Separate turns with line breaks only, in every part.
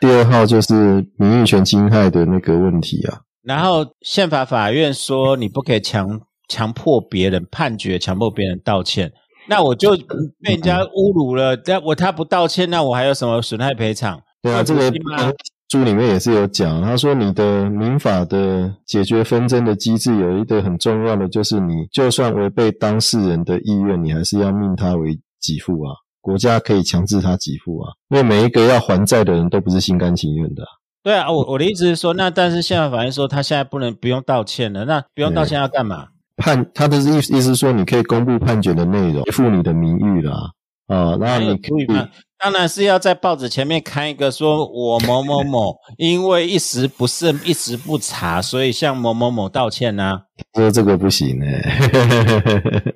二号就是名誉权侵害的那个问题啊。
然后宪法法院说你不可以强强迫别人判决，强迫别人道歉。那我就被人家侮辱了，但我他不道歉，那我还有什么损害赔偿？
对啊，
那
这
不
个
行吗
书里面也是有讲，啊他说你的民法的解决纷争的机制有一个很重要的，就是你就算违背当事人的意愿，你还是要命他为给付啊。国家可以强制他给付啊，因为每一个要还债的人都不是心甘情愿的啊、
对啊，我我的意思是说，那但是宪法法院说他现在不能不用道歉了，那不用道歉要干嘛？
判他的意思意思是说，你可以公布判决的内容，维护你的名誉啦。啊，那
还有
你可
注哎意
以
吗？当然是要在报纸前面刊一个说，我某某某因为一时不慎、一时不察，所以向某某某道歉啊呐、
说这个不行欸哎、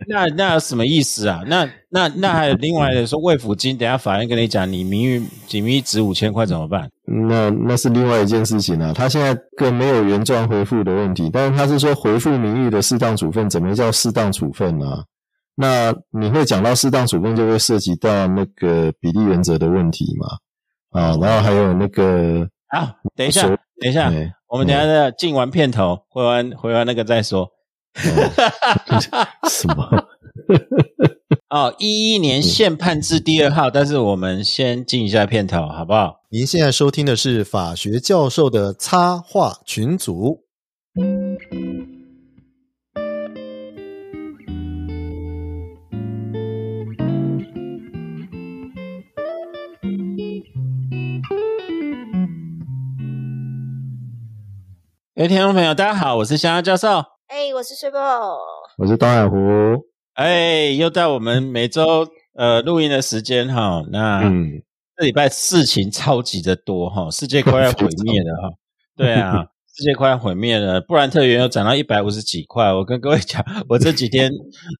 那那有什么意思啊？那那那还有另外的说，慰抚金，等一下法院跟你讲，你名誉仅名誉值五千块怎么办？
嗯那那是另外一件事情啊。他现在更没有原状回复的问题，但是他是说回复名誉的适当处分，怎么叫适当处分呢、啊那你会讲到适当处分，就会涉及到那个比例原则的问题嘛？啊，然后还有那个，
好，等一下
所，
等一下，
哎
我们等一下再进完片头，回完回完那个再说。
什么？
哦，一一年宪判字第二号，但是我们先进一下片头，好不好？
您现在收听的是法学教授的插画群组。
各哎位听众朋友，大家好，我是香香教授。
哎、我是睡梦。
我是当 海湖，
哎，又到我们每周呃录音的时间哈。那、
嗯。
这礼拜事情超级的多哈，世界快要毁灭了哈。对啊，世界快要毁灭了，布兰特原油涨到一百五十几块。我跟各位讲， 我这几天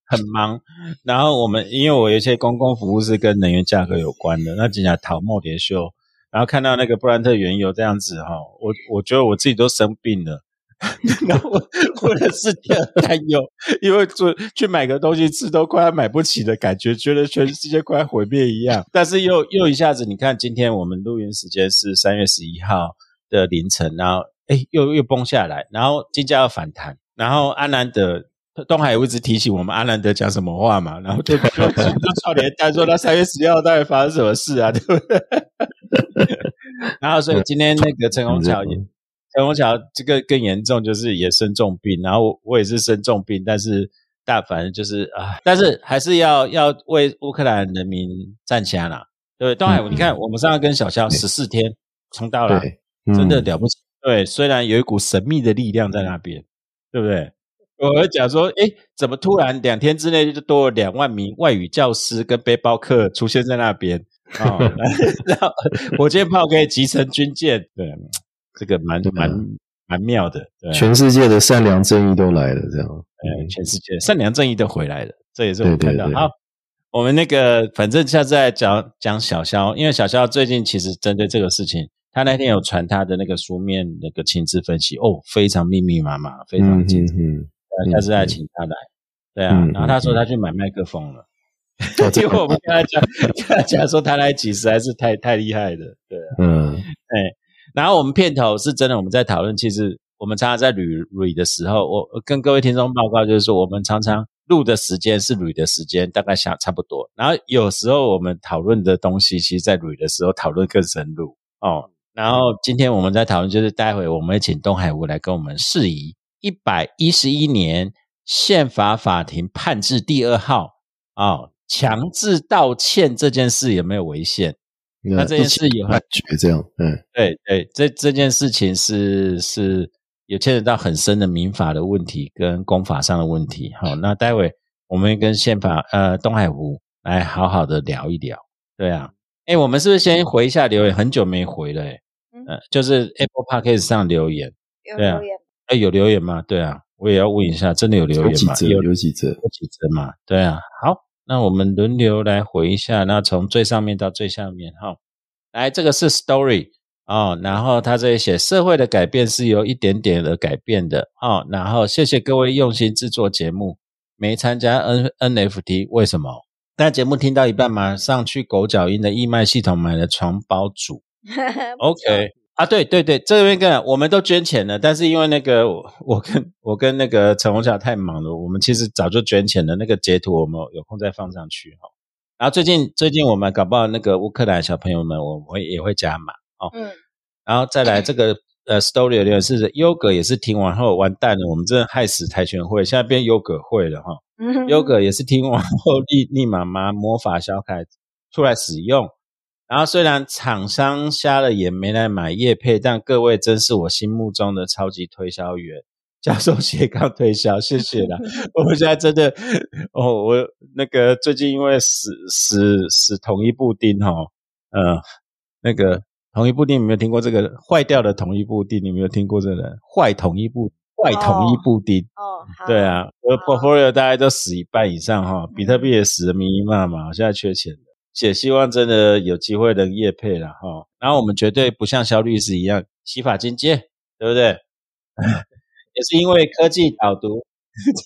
很忙，然后我们因为我有一些公共服务是跟能源价格有关的，那几天桃木蝶秀，然后看到那个布兰特原油这样子哈，我我觉得我自己都生病了。 然后我我的世界很担忧，因为做去买个东西吃都快要买不起的感觉，觉得全世界快要毁灭一样。但是又又一下子，你看今天我们录音时间是三月十一号的凌晨，然后哎又又崩下来，然后金价要反弹，然后安兰德。东海也一直提醒我们阿兰德讲什么话嘛，然后就就就少年单说他三月十一号到底发生什么事啊，对不对？ 然后所以今天那个陈宏桥也
嗯
陈宏桥这个更严重，就是也生重病，然后我我也是生重病，但是大反正就是啊，但是还是要要为乌克兰人民站起来啦，对不对？东海，
嗯
你看我们上次跟小肖十四天冲到了，
对，
真的
嗯
了不起。对，虽然有一股神秘的力量在那边，对不对？我会讲说，诶，怎么突然两天之内就多了两万名外语教师跟背包客出现在那边 啊？哦、然后火箭炮可以集成军舰，对，这个蛮
对啊
蛮蛮妙的，对啊，
全世界的善良正义都来了，这样。
呃全世界善良正义都回来了，这也是我们
嗯对
看
对
到。
对
好，我们那个反正下次再讲讲小肖，因为小肖最近其实针对这个事情，他那天有传他的那个书面那个情资分析，哦，非常密密麻麻，非常精彩。
嗯，嗯
下次再请他来。对啊，
嗯
然后他说他去买麦克风 了，
哦 这
结
个
果我们跟他讲，跟他讲说他那一集实在是太太厉害了，对啊。
嗯
然后我们片头是真的，我们在讨论，其实我们常常在捋捋的时候，我我跟各位听众报告，就是说我们常常录的时间是捋的时间，大概相差不多。然后有时候我们讨论的东西，其实在捋的时候讨论更深入哦。然后今天我们在讨论，就是待会我们会请东海吴来跟我们释疑一百一十一年宪法法庭判制第二号哦，强制道歉这件事有没有违宪？那这件事有
感觉这样，嗯
对对，这这件事情是是有牵扯到很深的民法的问题跟公法上的问题。好，那待会我们会跟宪法呃东海湖来好好的聊一聊。对啊，哎，我们是不是先回一下留言？很久没回了，哎，
嗯
呃，就是 Apple Podcast 上留言，
有
对啊
留言，
哎，有留言吗？对啊，我也要问一下，真的有留
有
言
几
吗？
则，
有
有几则，
有几则嘛？对啊，好，那我们轮流来回一下，那从最上面到最下面哈。来，这个是 story 哦，然后他这里写社会的改变是由一点点而改变的哦，然后谢谢各位用心制作节目，没参加 N NFT 为什么？但节目听到一半，马上去狗脚印的义卖系统买了床包组 OK 啊，对对对，这边跟我们都捐钱了，但是因为那个我我跟我跟那个陈红霞太忙了，我们其实早就捐钱了。那个截图我们有空再放上去哈。然后最近最近我们搞不好那个乌克兰小朋友们，我我也会加码哦。
嗯，
然后再来这个呃，story 留言是优格也是听完后完蛋了，我们真的害死跆拳会，现在变优格会了哈。
嗯
优格也是听完后立 立马妈魔法小凯出来使用。然后虽然厂商瞎了眼没来买叶配，但各位真是我心目中的超级推销员，教授斜杠推销，谢谢啦！我们现在真的，哦，我那个最近因为死死死统一布丁哦，呃，那个统一布丁，你没有听过这个坏掉的统一布丁？你没有听过这个人坏统一布坏统一布丁？
哦，好
对，啊，我的
好
portfolio 大概都死一半以上哈，比特币也死的迷迷麻麻，现在缺钱了。且希望真的有机会能业配了哈，然后我们绝对不像肖律师一样洗发精街，对不对？ 也是因为科技导读，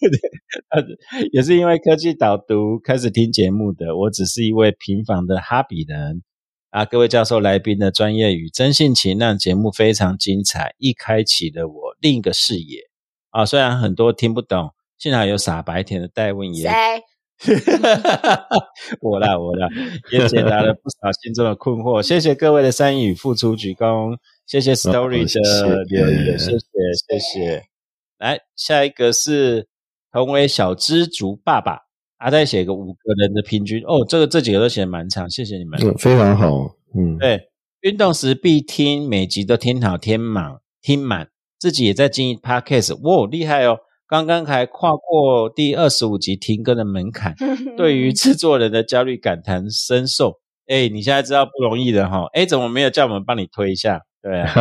对对，呃 也是因为科技导读开始听节目的。我只是一位平凡的哈比人啊，各位教授来宾的专业与真性情让节目非常精彩，一开启了我另一个视野啊。虽然很多听不懂，幸好有傻白甜的代问也
谁？
我啦，我啦，也解答了不少心中的困惑。谢谢各位的参与、付出、鞠躬，谢谢 Story
哦谢
的
谢
留言，谢谢，谢谢。来，下一个是同为小知足爸爸，阿再写个五个人的平均哦，这个这几个都写得蛮长，谢谢你们。
嗯非常好，嗯，
哎对，运动时必听，每集都听好听满听满，自己也在经营 podcast，哇，厉害哦！刚刚还跨过第二十五集停更的门槛。 对
嗯
于制作人的焦虑感叹深受。哎，你现在知道不容易了哈。哎，怎么没有叫我们帮你推一下？对啊，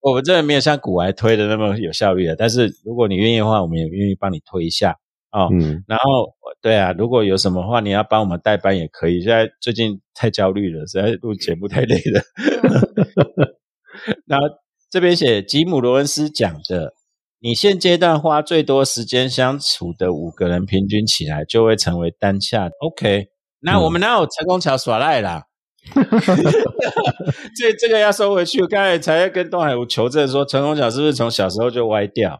我们真的没有像古玩推的那么有效率的。啊但是如果你愿意的话，我们也愿意帮你推一下哦。
嗯，
然后，对啊，如果有什么话你要帮我们代班也可以。现在最近太焦虑了，实在录节目太累了。
嗯
然后这边写吉姆·罗恩斯讲的，你现阶段花最多时间相处的五个人平均起来，就会成为单价。OK，那我们哪有成功桥耍赖啦？这这个要收回去。我刚才才在跟东海吴求证说，成功桥是不是从小时候就歪掉？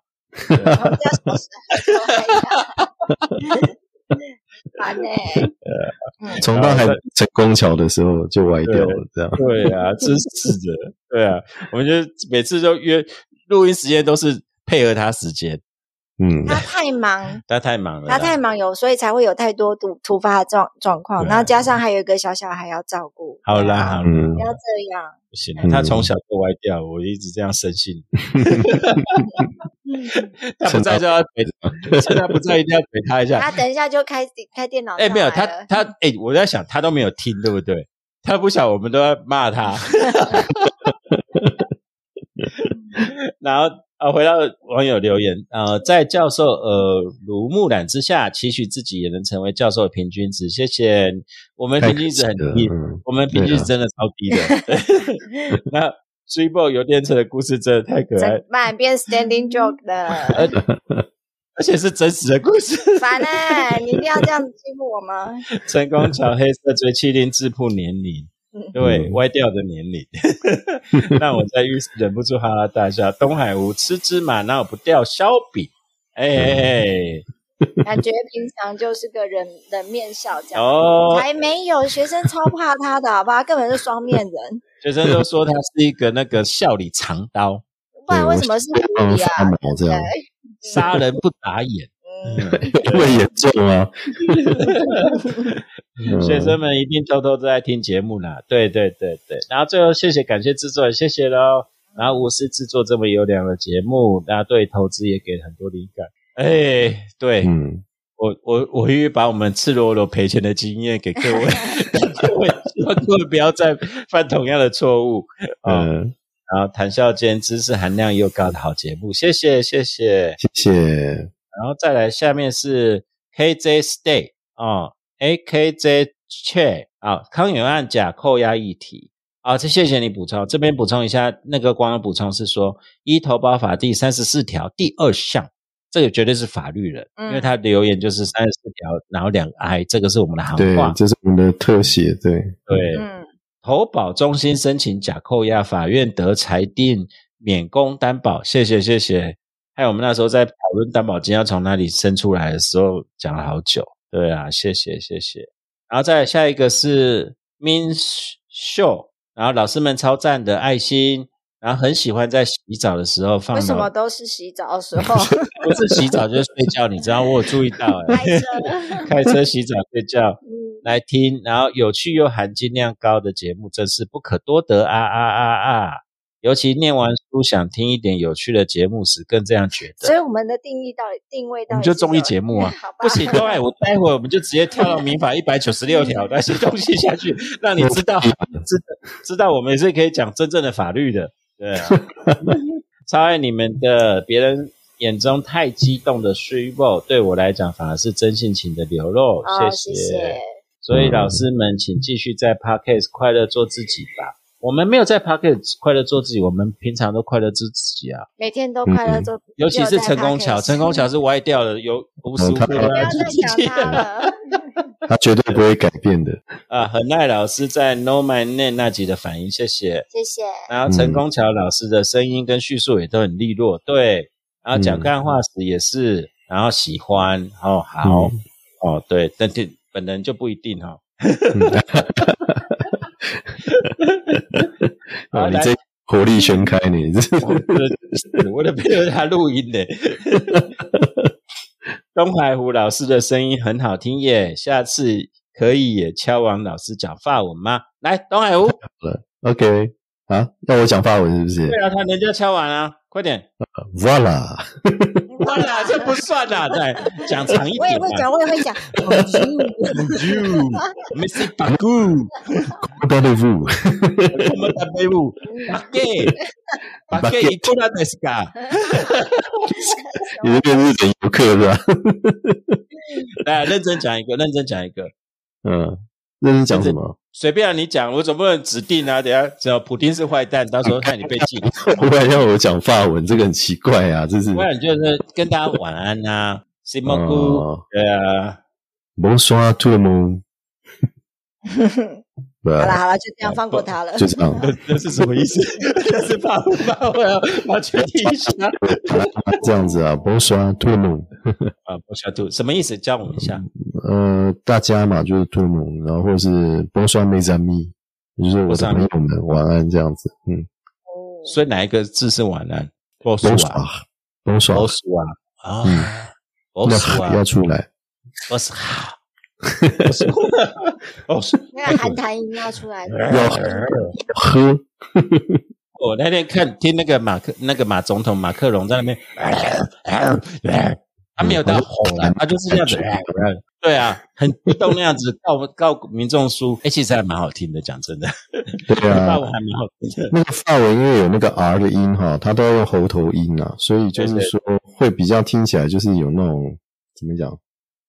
我们家小 时候哎呀烦欸呢。
从到还成功桥的时候就歪掉了，这样。
对啊，真是的，对啊，我们就每次都约录音时间都是配合他时间，
嗯，
他太忙，
他太忙了啦，
他太忙有，所以才会有太多突突发的状状况，
对啊
然后加上还有一个小小孩要照顾。
好
对
啦好
啊
啦，
嗯
不，要这样。
不行啊
嗯，
他从小就歪掉，我一直这样深信。他不在就要陪，趁他不在一定要陪他一下。
他等一下就开开电脑上来
啊哎，
了。
没有他他哎，我在想他都没有听，对不对？他不想我们都要骂他。 然后啊，回到网友留言，呃，在教授耳濡目染之下，期许自己也能成为教授的平均值。谢谢，我们平均值很低，
嗯
我们平均值真的超低的。那 t r i b l 油电车的故事真的太可爱
整，慢变 standing joke 的，
而而且是真实的故事。
烦哎！你一定要这样子欺负我吗？
成功桥黑色追气令质朴年龄
嗯，
对，
嗯
歪掉的年龄，让我在浴室忍不住哈哈大笑。东海无吃芝麻，哪有不掉削饼？哎哎
感觉平常就是个人人面笑这
哎，
样。
哦，
才没有，学生超怕他的，好不好？根本是双面人，
学生都说他是一个那个笑里藏刀，
不然为什么是狐
嗯
狸
发
啊？
毛这样，
杀人不眨眼。
嗯，
会严重 啊。嗯
学生们一定偷偷都在听节目啦。对对对对，然后最后谢谢感谢制作人，谢谢喽。然后无私制作这么优良的节目，那对投资也给了很多灵感。哎，对，
嗯，
我我我愿意把我们赤裸裸赔钱的经验给各 位， 各位希望各位不要再犯同样的错误啊、
嗯，呃
然后谈笑间知识含量又高的好节目，谢谢谢谢。
谢谢。
然后再来下面是 KJ Stay 啊、a k j Che 啊、康永案假扣押议题啊、这谢谢你补充，这边补充一下，那个官方补充是说，依投保法第三十四条第二项，这个绝对是法律人，
嗯
因为他留言就是三十四条，然后两个 I，这个是我们的行
对
话，，
这是我们的特写，对，
对，
嗯，
投保中心申请假扣押，法院得裁定免供担保。谢谢谢谢。还有我们那时候在讨论担保金要从哪里生出来的时候，讲了好久。对啊，谢谢谢谢。然后再来下一个是 Min Show，然后老师们超赞的爱心，然后很喜欢在洗澡的时候放
为什
脑
么都是洗澡的时 候
不是洗澡就是睡觉，你知道我有注意到、欸，
开车？
开车、洗澡、睡觉
嗯，
来听，然后有趣又含金量高的节目，真是不可多得啊啊啊啊！尤其念完书想听一点有趣的节目时，更这样觉
所
得。
以我们的定义到底定位
我
到
们
底
就是
什么
综艺节目啊，
好吧，
不行，各位，我待会我们就直接跳到民法一百九十六条那些东西下去，让你知道， 知知道我们也是可以讲真正的法律的。对啊，超爱你们的，别人眼中太激动的虚构，对我来讲反而是真性情的流露。
哦，
谢
谢谢。
所以老师们，请继续在 Podcast 快乐做自己吧。我们没有在 Podcast 快乐做自己，我们平常都快乐自己啊。
每天都快乐做，
尤其是成功桥，
桥，
成功桥是歪掉了，有无时无刻
嗯
都
嗯不要
在
再
做自己
讲他了。
他绝对不会改变的。
啊。很爱老师在 Know My Name 那集的反应，谢 谢。
谢谢，
然后
嗯
陈功桥老师的声音跟叙述也都很利落，对。然后讲
嗯
干话时也是，然后喜欢哦，
嗯
好、哦，对，但这本人就不一定哈、好
啊，你
来
这火力全开呢，你 这
我的 我的朋友他录音的。东海湖老师的声音很好听耶，下次可以也敲完老师讲法文吗？来，东海湖，
OK 啊？要我讲法文是不是
对啊，他人家敲完啊，快点，
？Voila，
算啦，这不算 啦，再讲长一
我也
点
会
啦。
讲，我也 会讲。
Messi Bagu，
大队部，
我们的队伍
嗯
b a g b a g 一过来的是噶。
你这变日本游客是吧？
来，认真讲一个，认真讲一个，
嗯，那是讲什么？
随便啊你讲，我总不能指定啊。等一下只要普丁是坏蛋，到时候看你被禁。
忽然要我讲法文，这个很奇怪啊，这是
不。然就是跟大家晚安呐、啊，西蒙姑，
哦
对啊，
Bonsoir tout le monde，对
好了
啊，
好了，就这样放过他了。
就这样。
这是什么意思？这是法文吗？我要我要确定一下
这样子啊，Bonsoir tout le monde，
啊，不小兔什么意思？教我们一下。
呃，大家嘛就是 tout le monde，然后或是 Bonsoir mes amis，就是我的朋友们，晚安这样子。嗯
哦
所以哪一个字是晚安？波叔啊，波
，Bonsoir，Bonsoir，
叔啊，啊，波
那
叔
嗯哈要
啊，
出来。
波叔 啊，波叔。
那个韩弹音要出来了，
喝，
啊我那天看听那个马克那个马总统马克龙在 那边，他没有到吼了，他就是这样子，对啊，很激动那样子告告民众书，哎、其实还蛮好听的，讲真的，
对
法
啊
文，还蛮好听的，
那个法文因为有那个 R 的音哈，它都要用喉头音啊，所以就是说会比较听起来就是有那种怎么讲，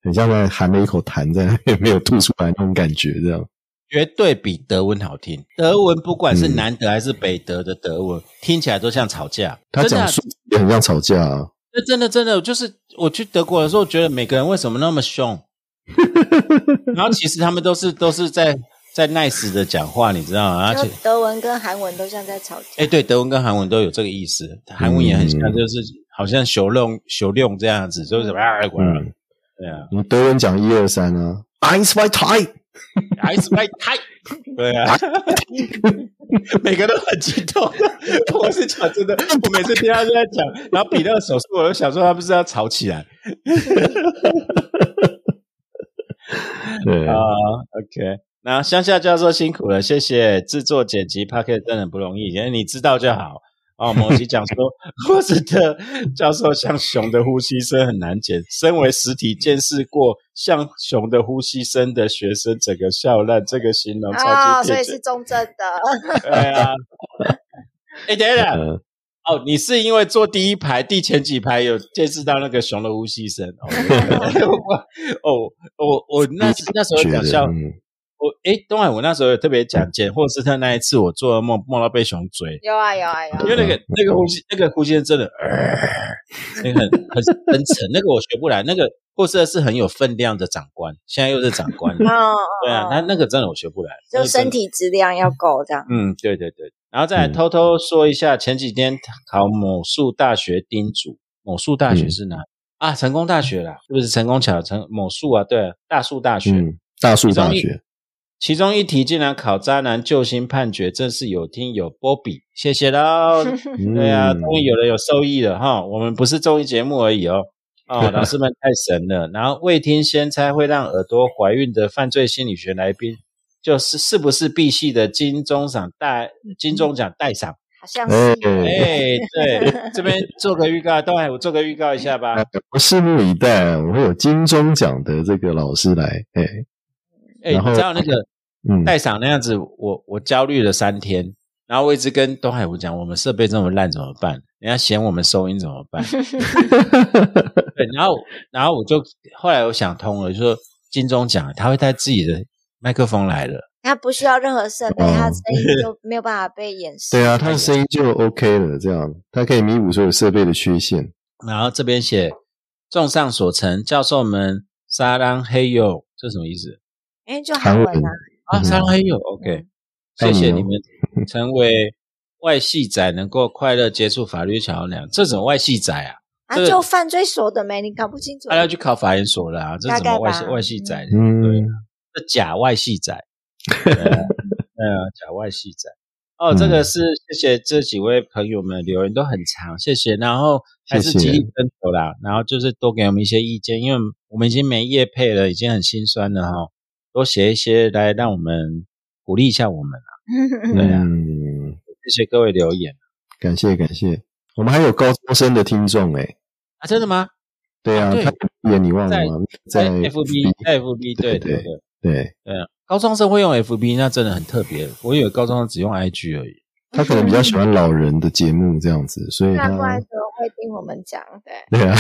很像在含了一口痰在那边 没有吐出来那种感觉，这样。
绝对比德文好听。德文不管
嗯
是南德还是北德的德文，听起来都像吵架，
他
真的啊、
讲述也很像吵架啊，
那真的真的，就是我去德国的时候，觉得每个人为什么那么凶？ 然后其实他们都是都是在在 nice 的讲话，你知道吗？ 而
就
且
德文跟韩文都像在吵架。
哎，对，德文跟韩文都有这个意思，韩文也很像，
嗯
就是好像修弄修弄这样子，就是啊，
嗯，
对啊
你德文讲一二三啊，eins zwei drei，
，ice my tie，对啊， 每个都很激动。我是讲真的，我每次听他都在讲，然后比那个手势，我就想说他们是要吵起来
对
啊。OK，那乡下教授辛苦了，谢谢制作剪辑 p a c k e t 真的很不容易，因为你知道就好。哦，摩西讲说，霍斯特教授像熊的呼吸声很难解。身为实体见识过像熊的呼吸声的学生，整个笑烂，这个形容
啊、
超
哦，
级
所
贴
以
切
是。中正的，
对啊。哎，等一下，
嗯，
哦，你是因为坐第一排、第前几排有见识到那个熊的呼吸声哦。我哦，我我那时那时候
觉
讲
得
笑，
嗯
我诶，东海，我那时候有特别讲简霍斯特那一次，我做噩梦梦到被熊追，
有啊有啊有
因为
啊，
那个
嗯
那个呼吸那个呼吸声真的，呃、那个很很很沉，那个我学不来，那个或者是很有分量的长官，现在又是长官了，
哦，
对啊
哦，
那那个真的我学不来，那
就
个真
身
的
体质量要够这样。
嗯，对对对，然后再来
嗯
偷偷说一下，前几天考某数大学丁组，某数大学
嗯
是哪、啊？成功大学啦，是不是成功巧成某数啊？对啊，大树大学。
嗯，大树大
其中
学
一，其中一题竟然考渣男救星判决，真是有听有波比，谢 谢喽。对啊，
嗯
终于有人有受益了哈。我们不是综艺节目而已哦。 哦，老师们太神了。然后未听先猜会让耳朵怀孕的犯罪心理学来宾，就是是不是 B 系的金钟奖大 金钟奖代赏？
好像
哎
是，
哎，对，这边做个预告，东海我做个预告一 下吧。
哎我拭目以待啊，我会有金钟奖的这个老师来，哎，
哎，
然后
你知道那个
嗯，
代赏那样子，我我焦虑了三天，然后我一直跟东海吴讲，我们设备这么烂怎么办？人家嫌我们收音怎么办？ 对，然后然后我就后来我想通了，就说金钟奖他会带自己的麦克风来了，
他不需要任何设备，
哦
他的声音就没有办法被掩饰。
对啊，他的声音就 OK 了，这样他可以弥补所有设备的缺陷。
然后这边写综上所成，教授们沙朗黑友，这什么意思
因为就韩文
韩文
啊，
啊？
嗯
沙朗黑友，OK，
爱你
谢谢
哦
你们成为外系仔，能够快乐接触法律桥梁，这种外系仔啊，
啊
这个哎
就犯罪所的没，你搞不清楚
啊他。要去考法研所了啊，这
大
什么
概
外系
吧
外系仔？对
嗯，
是假外系 仔，对啊，呃假外系仔。哦，这个
嗯
是谢谢这几位朋友们留言都很长，谢谢。然后还是
谢谢
极力征求啦，然后就是多给我们一些意见，因为我们已经没业配了，已经很心酸了哈、多写一些来让我们鼓励一下我们啊。对啊
嗯，
谢谢各位留言
感谢感谢。我们还有高中生的听众哎、
啊，真的吗？哎
对啊，
啊对
他也你忘了吗？在
FB FB 对
对
对
对
对，啊
对
高中生会用 FB，那真的很特别。我以为高中生只用 IG 而已。
他可能比较喜欢老人的节目这样子，所以
那
他
怪不得会听我们讲，对，
对啊，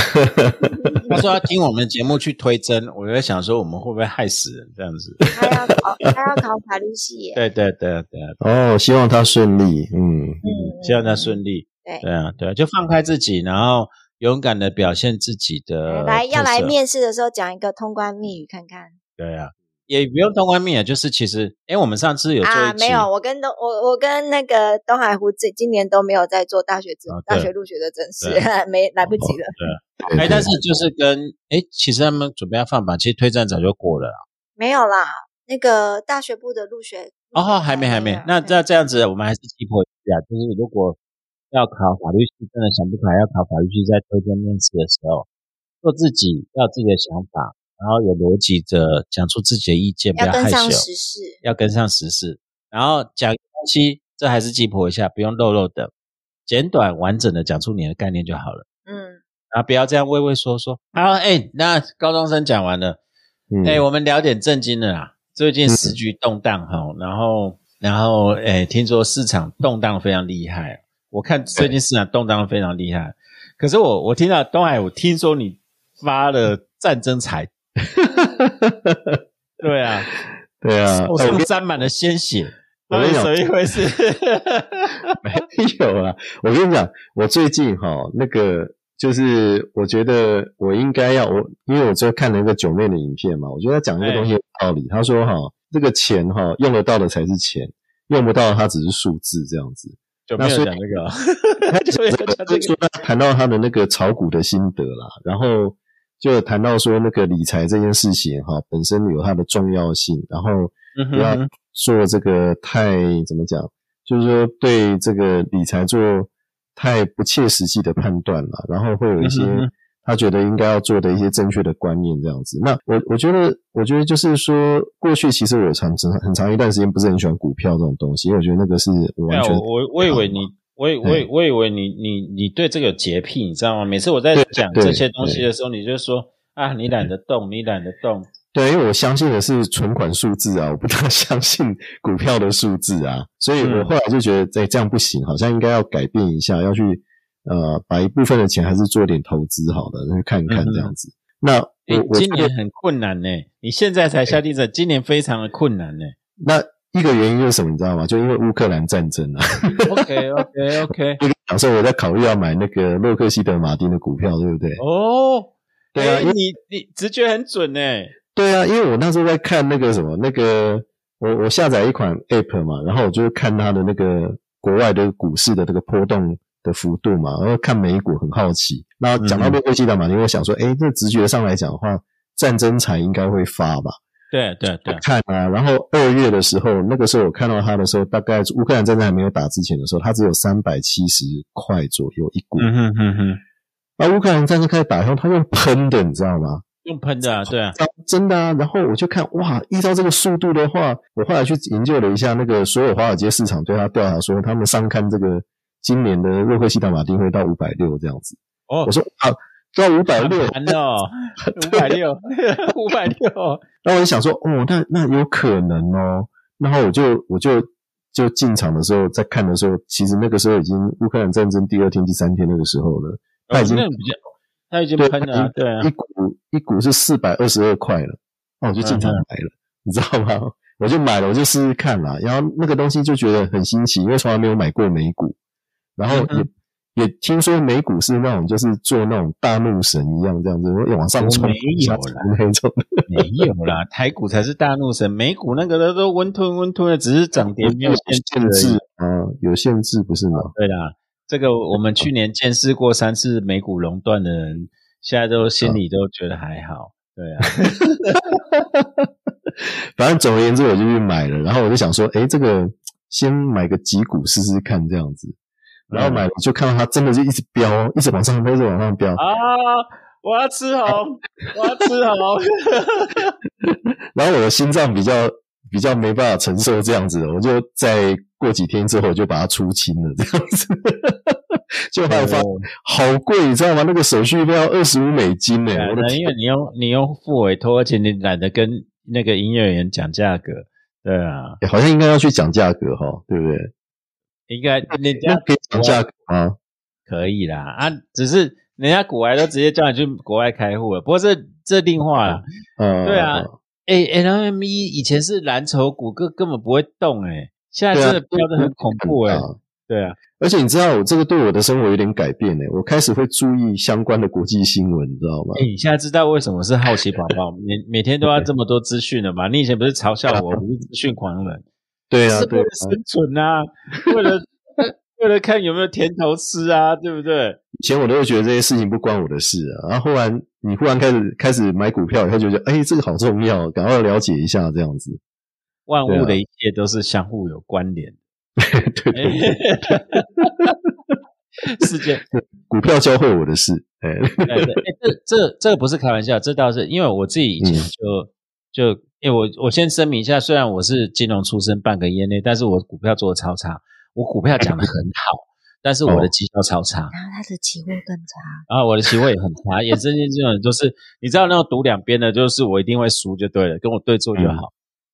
他说要听我们的节目去推甄，我就在想说我们会不会害死人这样 子？
他要考，他要考法律系耶。
对对对对，
哦，希望他顺利，嗯，
嗯
希望他顺利。
对
对啊，对啊，就放开自己，然后勇敢的表现自己的。
来要来。面试的时候讲一个通关密语看看
对啊，也不用当官面啊，就是其实，哎，我们上次有做一
啊！
期，
没有，我跟东我我跟那个东海湖这今年都没有在做大学甄、
啊对
大学入学的甄试
对，
没来不及了。
对
哎，
对
但是就是跟哎，其实他们准备要放榜，其实推战早就过了啦。
没有啦，那个大学部的入学
哦，还没还没，那
这
那这样子，我们还是击破一下，就是如果要考法律系，真的想不开要考法律系，在推荐面试的时候，做自己，要有自己的想法，然后有逻辑的讲出自己的意见，不
要跟
害
上
羞，
时事，
要跟上时事，然后讲东西，这还是击破一下，不用漏漏的，简短完整的讲出你的概念就好了。
嗯，
然后不要这样畏畏缩缩。好，哎、那高中生讲完了，
嗯，
哎、我们聊点正经的啦。最近时局动荡哈、然后然后哎、听说市场动荡非常厉害。我看最近市场动荡非常厉害，可是我我听到东海，我听说你发了战争财， 对啊，
对啊，
手
哎我
上沾满了鲜血，
我
到
跟
底
你
怎么一回事？
没有啦，我跟你讲，我最近哈那个就是我觉得我应该要我，因为我昨天看了一个九妹的影片嘛，我觉得她讲这个东西有道理。她说哈，这个钱哈用得到的才是钱，用不到的它只是数字这样子。
就没有讲这个哦， 就没有讲
就
这个
说他谈到他的那个炒股的心得啦，然后就谈到说那个理财这件事情哈，本身有它的重要性，然后
嗯
不要
哼，
做这个太怎么讲，就是说对这个理财做太不切实际的判断了，然后会有一些
嗯哼哼
他觉得应该要做的一些正确的观念这样子。那我我觉得，我觉得就是说，过去其实我有长很长一段时间不是很喜欢股票这种东西，因为我觉得那个是我
对
完
啊，
全
我我我以为你，我以我以
嗯
我以为你你你对这个有洁癖，你知道吗？每次我在
对
讲
对
这些东西的时候，你就说啊，你懒得动，你懒得动。
对， 因为我相信的是存款数字啊，我不太 相信股票的数字啊，所以我
嗯
后来就觉得，哎、这样不行，好像应该要改变一下，要去呃，把一部分的钱还是做点投资好了，那去看一看
嗯嗯
这样子。那
诶
我我
今年很困难呢，你现在才下定者，今年非常的困难 呢。
那一个原因就是什么，你知道吗？就因为乌克兰战争啊。
OK OK OK，
假设我在考虑要买那个洛克希德马丁的股票，对不对？
哦，
对啊，
哎
因为
你你直觉很准哎、
对啊，因为我那时候在看那个什么，那个我我下载一款 App 嘛，然后我就看它的那个国外的股市的这个波动的幅度嘛，然后看美股很好奇。那讲到
嗯
洛克希德马丁，我想说，哎，这直觉上来讲的话，战争财应该会发吧？
对对对，
看啊，然后二月的时候，那个时候我看到它的时候，大概乌克兰战争还没有打之前的时候，它只有三百七十块左右一股。
嗯哼哼哼，
那乌克兰战争开始打以后，它用喷的，你知道吗？
用喷的啊，对啊，
啊，真的啊。然后我就看，哇，依照这个速度的话，我后来去研究了一下那个所有华尔街市场对他调查说，他们上看这个今年的瑞克西达马丁会到五百六这样子。
哦
我，说啊，到五百 六，
盘 的哦，五百六，五百六，
然后我就想说，哦，那那有可能哦。然后我就我就就进场的时候，在看的时候，其实那个时候已经乌克兰战争第二天、第三天那个时候了，他已经
哦那比较，他已经喷了啊，对啊
一，股一股是四百二十二块了，那我就进场
嗯
买了，你知道吗？我就买了，我就试试看啦。然后那个东西就觉得很新奇，因为从来没有买过美股，然后也、
嗯
也听说美股是那种就是做那种大怒神一样这样子，往上冲
我没有啦
那种。
没有啦，台股才是大怒神，美股那个都都温吞温吞的，只是涨跌没有限
限
制而
制
已。
啊，有限制不是吗？
对啦，这个我们去年见识过三次美股垄断的人，现在都心里都觉得还好。对啊，
反正总而言之，我就去买了，然后我就想说，诶，这个先买个几股试试看这样子。然后
嗯
买了就看到它真的就一直飙，一直往上飙，一直往上飙。
啊，我要吃红，我要吃 红。
然后我的心脏比较比较没办法承受这样子，我就在过几天之后我就把它出清了，这样子。就还
哦
发好贵，你知道吗？那个手续费要二十五美金呢、
对啊
我的
因
天！
为你用你用付委托，而且你懒得跟那个营业员讲价格。对啊，
好像应该要去讲价格哈，对不对？
应该 人
那
家
可以讲价格吗？
可以啦啊，只是人家国外都直接叫你去国外开户了。不过这这另话啦，
嗯，
对啊，哎、l m e 以前是蓝筹股，根根本不会动哎、现在
对啊，
真的飙得很恐怖哎、
很大
对啊，
而且你知道，我这个对我的生活有点改变呢、我开始会注意相关的国际新闻，你知道吗
哎、？你现在知道为什么是好奇宝宝每每天都要这么多资讯了吗？你以前不是嘲笑我，我是资讯狂人，
对啊，
是为
对啊
了，生存啊，为了 为了看有没有甜头吃啊，对不对？
以前我都会觉得这些事情不关我的事啊，然后忽然你忽然开始开始买股票以后，就觉得哎、这个好重要，赶快了解一下这样子。
万
对
物
啊
的一切都是相互有关联。
对对对，
世界，
股票教会我的事。哎、
对对，哎这这这个不是开玩笑，这倒是因为我自己以前就、就，因为我我先声明一下，虽然我是金融出身，半个业内，但是我股票做的超差，我股票讲的很好，但是我的绩效超差，
然后他的期货更差，
然后我的席位也很差，也是这种就是你知道那种赌两边的，就是我一定会输就对了，跟我对坐就好。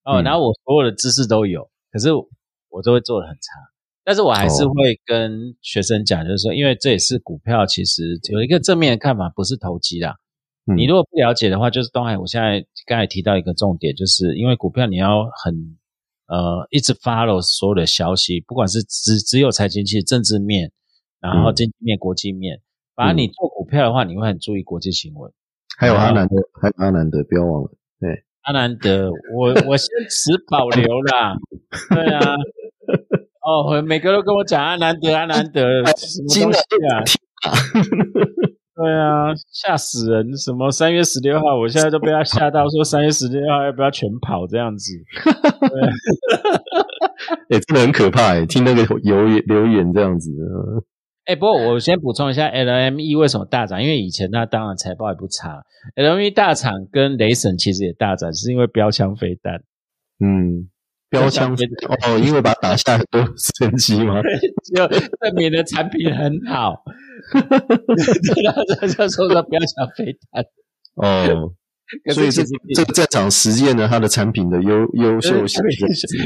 哦，
嗯
然后我所有的知识都有，可是我都会做的很差。但是我还是
哦
会跟学生讲，就是说，因为这也是股票，其实有一个正面的看法，不是投机啦。
嗯
你如果不了解的话，就是东海，我现在刚才提到一个重点，就是因为股票你要很呃一直 follow 所有的消息，不管是只只有财经系政治面，然后
嗯
经济面、国际面，反而
嗯
你做股票的话，你会很注意国际新闻。
还有阿南的，还有阿南的，不要忘了。
阿南德，我我先持保留啦。对啊，哦，每个都跟我讲阿南德，阿南德啊什么东西啊？对啊，吓死人！什么三月十六号，我现在都被他吓到，说三月十六号要不要全跑这样子？
哎、真的很可怕哎、听那个留言留言这样子，呃
哎，不过我先补充一下，LME 为什么大涨？因为以前它当然财报也不差，LME 大涨跟雷神其实也大涨，是因为标枪飞弹。
嗯，标枪
对
哦，因为把它打下很多神机吗？
就证明了产品很好。 然后他就 说他不要想飞弹，
哦，
可
所以这
是其实
这个战场实践了它的产品的优优秀性。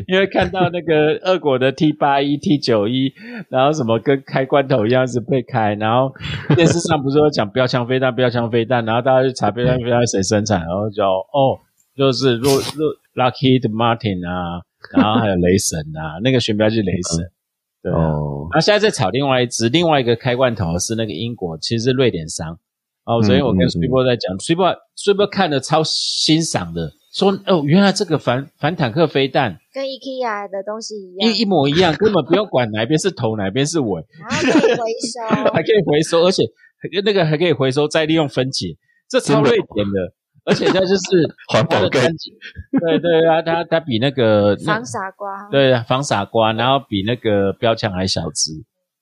因为看到那个俄国的 T 八一、T 九一，然后什么跟开罐头一样是被开，然后电视上不是有讲标枪飞弹、标枪飞弹，然后大家去查标枪飞弹谁生产，然后就哦，就是洛洛 Lockheed Martin 啊，然后还有雷神啊，那个旋标就是雷
嗯
神，对啊。
哦，
然后现在在炒另外一只，另外一个开罐头是那个英国，其实是瑞典商，哦，
嗯
昨天我跟
嗯
s u p e 在讲 s u p e s u p e 看的超欣赏的，说哦，原来这个反反坦克飞弹
跟 IKEA 的东西一样，
一一模一样，根本不用管哪边是头哪边是尾，
然后可以回收，
还可以回收，而且那个还可以回收再利用分解，这超
真的
瑞典的，而且它 就是
环
它
保
的
概
干
念，
净，对对啊，它它比那个 那
防傻瓜。
对防傻瓜，然后比那个标枪还小只，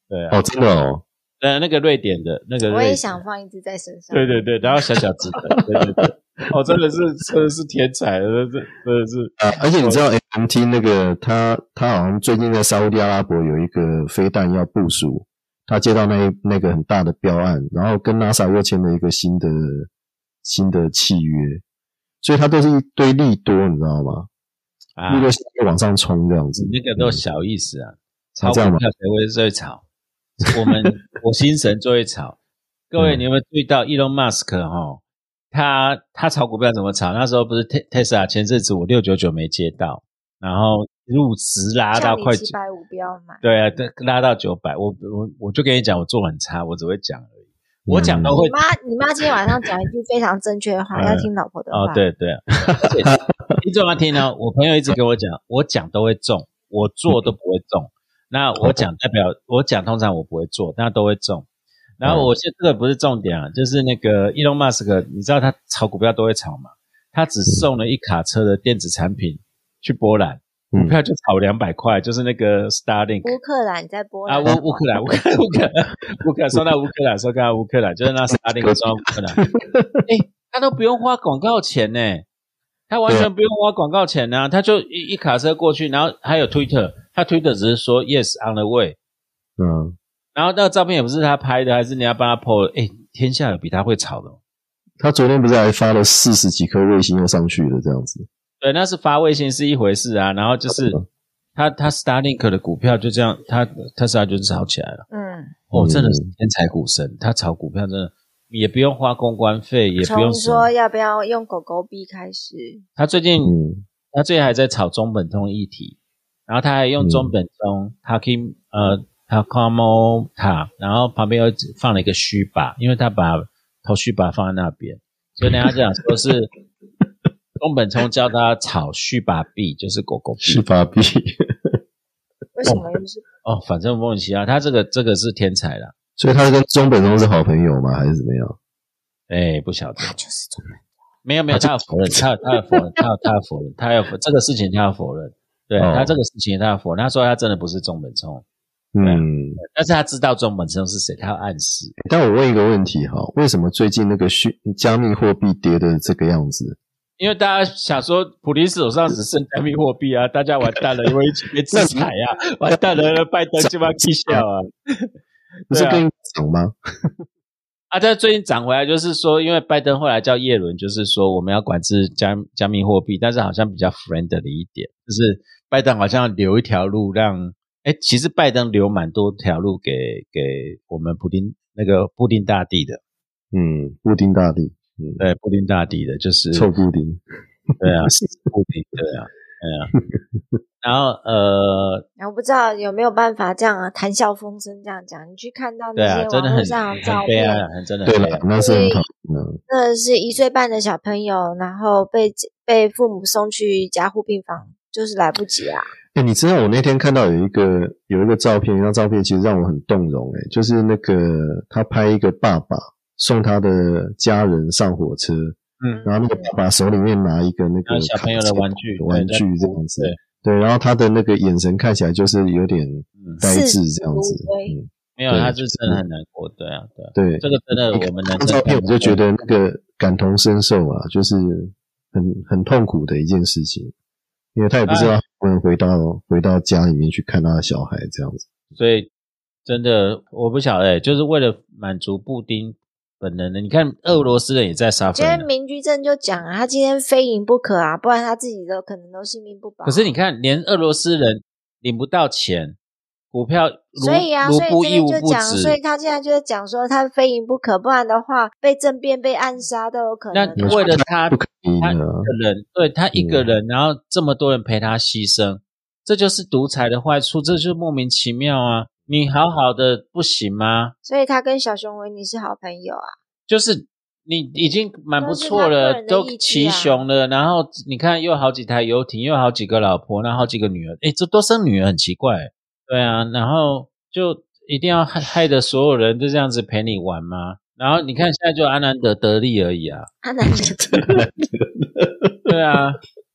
对啊，
哦，真的哦，
呃，那个瑞典的那个瑞典，
我也想放一只在身上。
对对对，然后小小只 的，对对对，哦，真的是真的是天才，啊真的是真的是，
啊，而且你知道 MT 那个他他好像最近在沙烏地阿拉伯有一个飞弹要部署，他接到那一那个很大的标案，然后跟 NASA 又签了一个新的新的契约，所以他都是一堆利多，你知道吗？
啊，
利
你
多现在往上冲这样子，
那个都小意思啊，
啊
炒股
这
票
样吗
谁会最炒？我 们我心神最会炒。各位，
嗯
你有没有注意到 Elon Musk 哈？他他炒股票怎么炒？那时候不是 Te- Tesla 前阵子我六九九没接到，然后入直拉
叫
到
你
快
七百五不要买，
对啊，对拉到九百，我我我就跟你讲，我做很差，我只会讲而已，我讲都会
你妈，你妈今天晚上讲一句非常正确的话，
嗯
要听老婆的
哦
话。，，
对对，而且你怎么听呢？我朋友一直跟我讲，我讲都会中，我做都不会中。那我讲代表我讲，通常我不会做，但都会中。然后我现这个不是重点啊，就是那个 Elon Musk，你知道他炒股票都会炒嘛？他只送了一卡车的电子产品去波兰，股
嗯
票就炒两百块，就是那个 Starlink。
乌克兰在波
啊，
兰
乌乌克兰，乌克兰，乌克兰，乌克兰，说到乌克兰，说到乌克兰，就是那沙丁说到乌克兰，哎、他都不用花广告钱呢、他完全不用花广告钱呢、他就一一卡车过去，然后还有 Twitter，他 Twitter 只是说 Yes on the way，
嗯，
然后那个照片也不是他拍的，还是你要帮他 po 的，哎、天下有比他会炒的哦吗，
他昨天不是还发了四十几颗卫星又上去了这样子，
对，那是发卫星是一回事啊，然后就是他他 Starlink 的股票就这样，他特斯拉就是炒起来了。
嗯，
哦，
嗯
真的是天才股神，他炒股票真的也不用花公关费，也不
从
用什
说
么。
要不要用狗狗币开始，
他最近、
嗯
他最近还在炒中本通议题，然后他还用
嗯
中本通 Takim 呃 Takamota，然后旁边又放了一个虚把，因为他把头虚把放在那边，所以人家讲说 是中本聪教他炒虚把币，就是狗狗币
是。法币，
为什么又是？
哦，反正莫名其妙，他这个这个是天才啦，
所以他跟中本聪是好朋友吗？还是怎么样？
哎，不晓得。
他就是中文
没有没有，他有否认，他有他有否认，他有他有否认，他有否这个事情他有否认，对、
哦
他这个事情他有否认，他说他真的不是中本聪，
嗯，
但是他知道中本聪是谁，他要暗示。
但我问一个问题哈，为什么最近那个虚加密货币跌的这个样子？
因为大家想说，普林斯手上只剩加密货币啊，大家完蛋了，因为一起被制裁啊，完蛋了，那拜登就要气笑啊。
不是跟你讲吗？
啊，但最近涨回来，就是说，因为拜登后来叫耶伦，就是说我们要管制加加密货币，但是好像比较 friendly 一点，就是拜登好像留一条路让，哎，其实拜登留蛮多条路给给我们布丁那个布丁大帝的，
嗯，布丁大帝，嗯，
对，布丁大帝的，就是
臭布丁，
对啊，是布丁，对啊，对啊，然后呃，
然后不知道有没有办法这样啊，谈笑风生这样讲。你去看到
对
那
啊，
些
真的
网络
很
上的照
很悲哀
片
啊，，很真的很
对
悲
了
哀，，
那是很讨厌的。
那是一岁半的小朋友，然后被被父母送去加护病房，就是来不及啊。
哎、你知道我那天看到有一个有一个照片，那张照片其实让我很动容、诶就是那个他拍一个爸爸送他的家人上火车，
嗯
然后那个爸爸手里面拿一个那
拿
个
小朋友的玩
卡
具
车玩具
对在
这样子，对，然后他的那个眼神看起来就是有点
嗯，
呆滞这样
似
子
是而，非
嗯，
没有，
对
他是真的很难过，对啊，对啊，
对，
这个真的
你看
我们能
看照片我就觉得那个感同身受啊，就是很很痛苦的一件事情，因为他也不知道能不能回到回到家里面去看他的小孩这样子。
所以真的我不晓得、欸，就是为了满足布丁本人的。你看俄罗斯人也在沙
今天
分，
民居正就讲啊，他今天非赢不可啊，不然他自己都可能都性命不保。啊
可是你看连俄罗斯人领不到钱，股票卢
所以啊，
卢
所以
布
这
一
边
无
就
不
讲，
值
所。以他现在就在讲说，他非赢不可，不然的话被政变、被暗杀都有可
那
能啊。
为了他
不可以
他一
呢，
个人，对他一个
嗯
人，然后这么多人陪他牺牲，这就是独裁的坏处，这就是莫名其妙啊！你好好的不行吗？
所以他跟小熊维尼是好朋友啊，
就是你已经蛮不错
那
了，
是他个人的
都
意志啊
齐雄了。然后你看，又好几台游艇，又好几个老婆，然后好几个女儿，诶，这多生女儿很奇怪。对啊，然后就一定要害害得所有人就这样子陪你玩吗？然后你看现在就阿南德得利而已啊，
阿南的
对啊，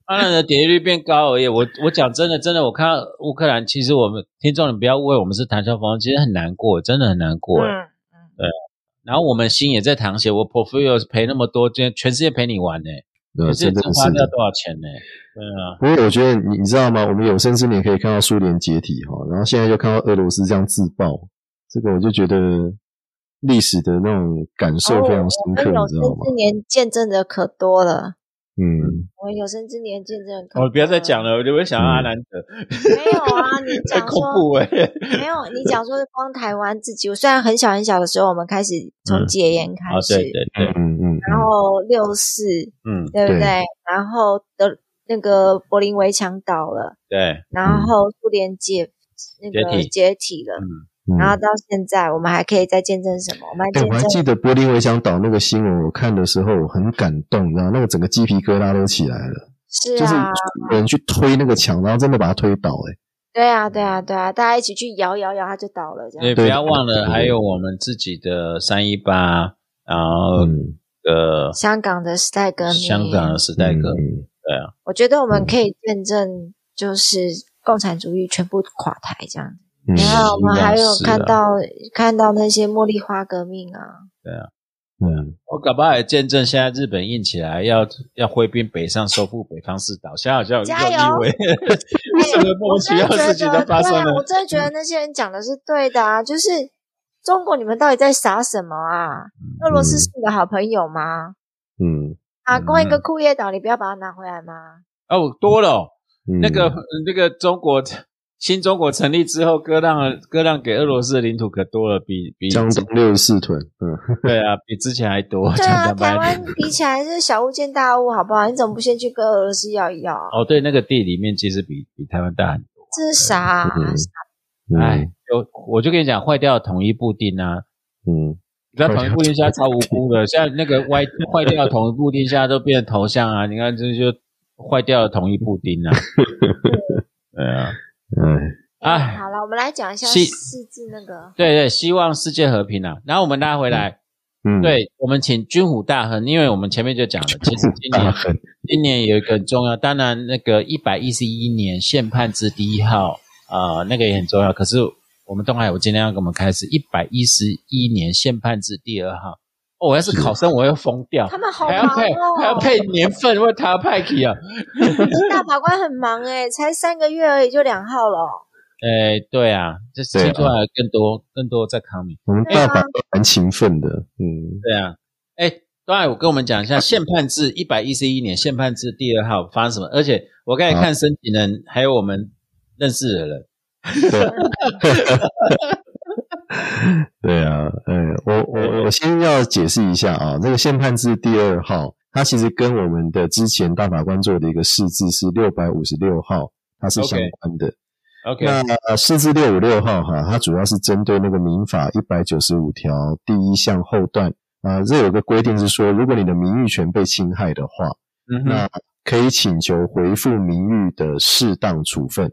阿南德点击率变高而已。我我讲真的，真的，我看到乌克兰，其实我们听众你不要误会，我们是谈笑风生，其实很难过，真的很难过。诶
嗯，
然后我们心也在淌血，我 portfolio 赔那么多，全全世界陪你玩呢、
对，
可是
呃真
只
的
花
是
掉
的。
多少钱呢？对啊，
不过我觉得你你知道吗？我们有生之年可以看到苏联解体哈，然后现在就看到俄罗斯这样自爆，这个我就觉得历史的那种感受非常深刻，你
哦我有
知道
生
吗？
之年见证的可多了，
嗯，
我有生之年见证的可多
我哦不要再讲，了，我就会想到啊阿南德，
没有 啊，你
很
嗯讲
恐
说
怖哎、
没有，你讲说光台湾自己，我虽然很小很小的时候，我们开始从
嗯
戒烟
好，
开始，
对对
嗯
对，
哦嗯，
然后六四，
嗯，
对不
对
对？然后的那个柏林围墙倒了，
对，
然后苏联解那个
解体
解体了，
嗯，
嗯
然后到现在，我们还可以再见证什么？我们还
哎
见
我还
证
记得柏林围墙倒那个新闻，我看的时候我很感动，你知道，那个整个鸡皮疙瘩都起来了，
是
就是
啊，
有人去推那个墙，然后真的把它推倒、欸，
对啊，对啊，对啊，大家一起去摇摇摇，它就倒了，这
所以
样。
不要忘了，还有我们自己的三一八，然后
嗯，
呃，
香港的时代革命，
香港的时代革命，
嗯
我觉得我们可以见证，就是共产主义全部垮台这样。
嗯
然后我们还有
是啊
看到看到那些茉莉花革命啊，
嗯，
我搞不好也见证现在日本硬起来要要挥兵北上收复北方四岛，现在好像有
加油
这 种意味，为什么莫名其妙
我
的
真的
事情
觉
在
得，
发生
对
呢
啊，？我真的觉得那些人讲的是对的啊，就是中国你们到底在傻什么啊？
嗯
俄罗斯是你的好朋友吗？
嗯
啊，光一个
嗯
库页岛，你不要把它拿回来吗？
哦，多了哦。
嗯，
那个那个中国新中国成立之后，割让割让给俄罗斯的领土可多了，比比
江东六十四屯，嗯，
对啊，比之前还多。
对
讲
啊，
坦白
台
一点
湾比起来是小巫见大巫，好不好？你怎么不先去跟俄罗斯要一要啊？
哦，对，那个地里面其实比比台湾大很多。
这是啥啊？
嗯
哎，就我就跟你讲，坏掉的统一布丁啊，
嗯，
你知道统一布丁现在超无辜的，现在那个歪坏掉的统一布丁现在都变成头像啊，你看这就坏掉的统一布丁 啊。对啊，
嗯，哎，
哎
好了，我们来讲一下
是
四字那个
对对，希望世界和平啊。然后我们拉回来，
嗯，，
对我们请军虎大亨，因为我们前面就讲了，其实今
大
年
很，
今年有一个很重要，当然那个一百一十一年宪判字第一号，呃，那个也很重要。可是我们东海，我今天要跟我们开始一百一十一年宪判字第二号。哦，我要是考生，我要疯掉
他，们好
还
忙
要配还要
哦，
配年份，或他派去啊。
大法官很忙哎，才三个月而已就两号了，
哎，对啊，这
对啊
听出来更多更多在 coming。
我们大阪都蛮勤奋的，嗯
对啊，哎，东海，我跟我们讲一下宪判字一百一十一年宪判字第二号发生什么，而且我
啊
刚才看申请人，还有我们认识的人。
对啊，嗯，我我我先要解释一下啊，这个宪判字第二号，它其实跟我们的之前大法官做的一个释字是六百五十六号，它是相关的。
OK，
那呃释字六五六号哈，它主要是针对那个民法一百九十五条第一项后段啊、呃这有个规定是说，如果你的名誉权被侵害的话，
嗯哼。
那可以请求回复名誉的适当处分。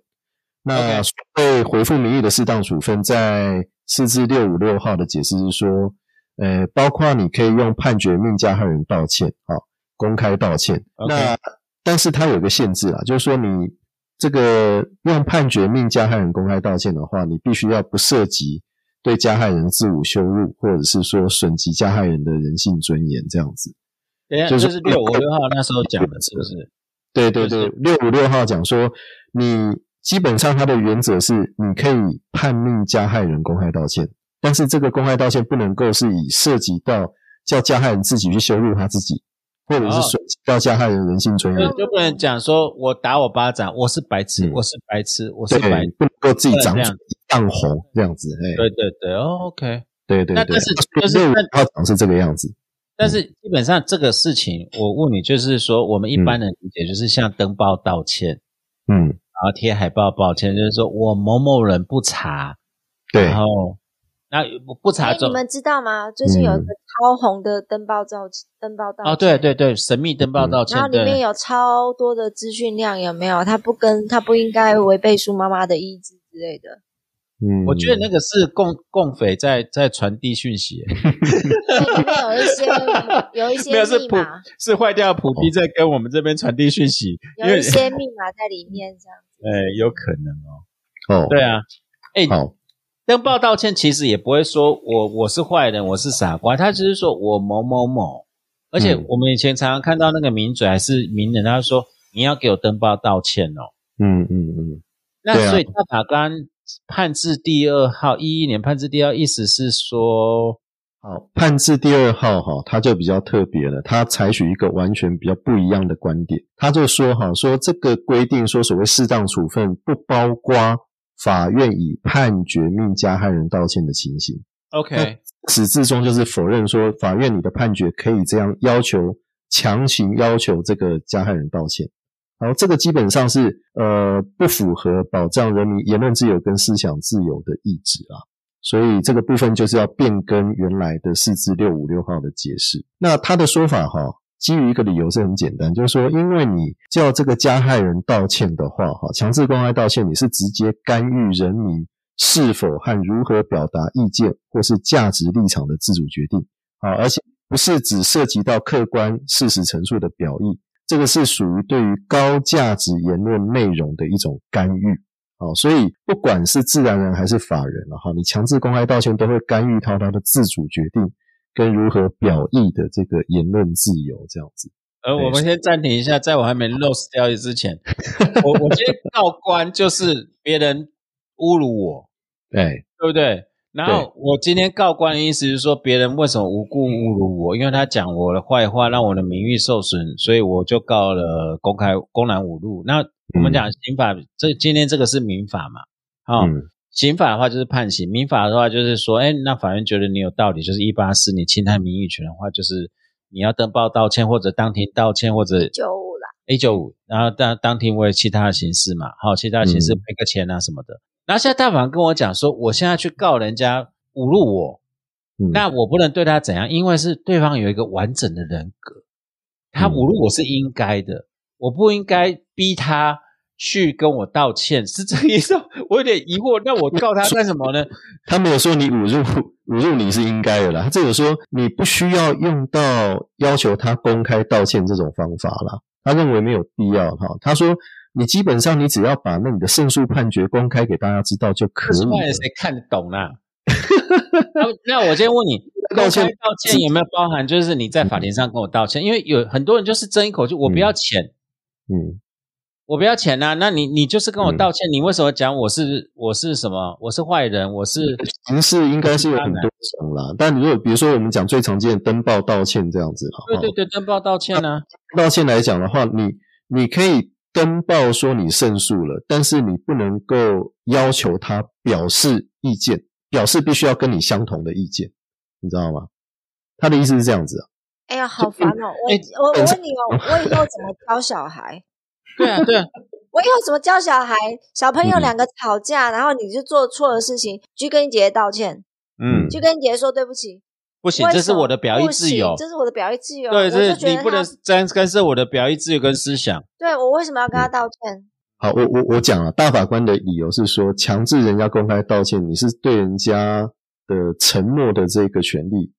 那
OK
所谓回复名誉的适当处分，在四至六五六号的解释是说，呃，包括你可以用判决命加害人道歉，啊、公开道歉。
OK
那但是它有个限制啊，就是说你这个用判决命加害人公开道歉的话，你必须要不涉及对加害人自我羞辱，或者是说损及加害人的人性尊严这样子。
等一下，
就
这
是
是六五六号那时候讲的，是不是？
对对
就
对，六五六号讲说，你基本上它的原则是，你可以判命加害人公开道歉，但是这个公开道歉不能够是以涉及到叫加害人自己去羞辱他自己，或者是
哦
损及到加害人人性
嗯
尊严，
就不能讲说我打我巴掌，我是白痴，
嗯
我是白痴，我是
对，
白痴。
不能够自己长
不能这
嘴
样
当红这样子，哎，
对对对哦，OK。
对对
那
对，
但是就是
六五
那
号讲是这个样子，
但是基本上这个事情，我问你，就是说我们一般的理解就是像登报道歉，然
嗯，
后贴海报抱歉，就是说我某某人不查，
对
然，后那不不查
哎，你
证
们知道吗？最近有一
嗯
个超红的登报照，登报道
哦，对对对，神秘登报道歉
然后，里面
对，
有超多的资讯量，有没有？他不跟他不应该违背苏妈妈的意志之类的。
嗯，
我觉得那个是共共匪在在传递讯息，
对，里面有一些有一
没
些
有是
密
普
码，
是坏掉的普币在跟我们这边传递讯息，因
有
为
一些密码在里面，这样。
哎有可能哦，
哦，
对啊，哎，
好，
登报道歉其实也不会说我我是坏人，我是傻瓜，他只是说我某某某。而且
嗯
我们以前常常看到那个名嘴还是名人，他说你要给我登报道歉哦。
嗯嗯嗯，
那
对啊
所以大法官判字第二号一一年判字第二，意思是说，
好，判字第二号哈，他就比较特别了，他采取一个完全比较不一样的观点，他就说哈，说这个规定说所谓适当处分不包括法院以判决命加害人道歉的情形。
OK，
始至终就是否认说，法院你的判决可以这样要求，强行要求这个加害人道歉。然后这个基本上是呃不符合保障人民言论自由跟思想自由的意志啊，所以这个部分就是要变更原来的四至六五六号的解释。那他的说法哈、基于一个理由是很简单，就是说，因为你叫这个加害人道歉的话，哈，强制公开道歉，你是直接干预人民是否和如何表达意见或是价值立场的自主决定啊，而且不是只涉及到客观事实陈述的表意，这个是属于对于高价值言论内容的一种干预。哦，所以不管是自然人还是法人啊了哈，你强制公开道歉都会干预到他的自主决定跟如何表意的这个言论自由这样子。
呃，我们先暂停一下，在我还没 lose 掉之前，我我今天告官就是别人侮辱我，
哎，
对不对？然后我今天告官的意思是说，别人为什么无故侮辱我？因为他讲我的坏话，让我的名誉受损，所以我就告了公开公然侮辱。那我们讲刑法，这今天这个是民法嘛？哦，
嗯
刑法的话就是判刑，民法的话就是说，哎，那法院觉得你有道理，就是一八四，你侵害名誉权的话，就是你要登报道歉，或者当庭道歉，或者
九五啦，
A 九五，然后当当庭我有其他的形式嘛，好，其他的形式
嗯
赔个钱啊什么的。然后现在大法官跟我讲说，我现在去告人家侮辱我，
嗯
那我不能对他怎样，因为是对方有一个完整的人格，他
嗯
侮辱我是应该的，我不应该逼他去跟我道歉，是这个意思吗。 我有点疑惑，那我告他干什么呢？
他没有说你侮辱侮辱你是应该的啦，他只有说你不需要用到要求他公开道歉这种方法啦。他认为没有必要哈、他说你基本上你只要把那你的胜诉判决公开给大家知道就 可
二
以
十块
了。
谁看得懂啦、那 那我先问你，
道
公
歉
开道歉有没有包含就是你在法庭上跟我道歉？因为有很多人就是争一口气，我不要钱，
嗯
我不要钱呐、那你你就是跟我
嗯
道歉，你为什么讲我是我是什么？我是坏人，我是
形式应该是有很多种啦，但如果比如说我们讲最常见的登报道歉这样子啦，
对
哈
对对登报道歉啊呢、
道歉来讲的话，你你可以登报说你胜诉了，但是你不能够要求他表示意见，表示必须要跟你相同的意见，你知道吗？他的意思是这样子啊，
哎呀，好烦哦！我
哎
我我
本身
问你哦，我以后怎么教小孩？
对啊 对啊，
我以后怎么教小孩？小朋友
嗯
两个吵架，然后你就做错的事情，去跟你姐姐道歉，
嗯，
去跟你姐姐说对不起。
不行，
为
这是
什么
我的表意
不
自
行
由，
这是我的表意自由。
对，
我就
这是
觉
你
得
不能
他
干干涉我的表意自由跟思想。
对我为什么要跟
嗯
他道歉？
好，我我我讲了，啊大法官的理由是说，强制人家公开道歉，你是对人家的沉默的这个权利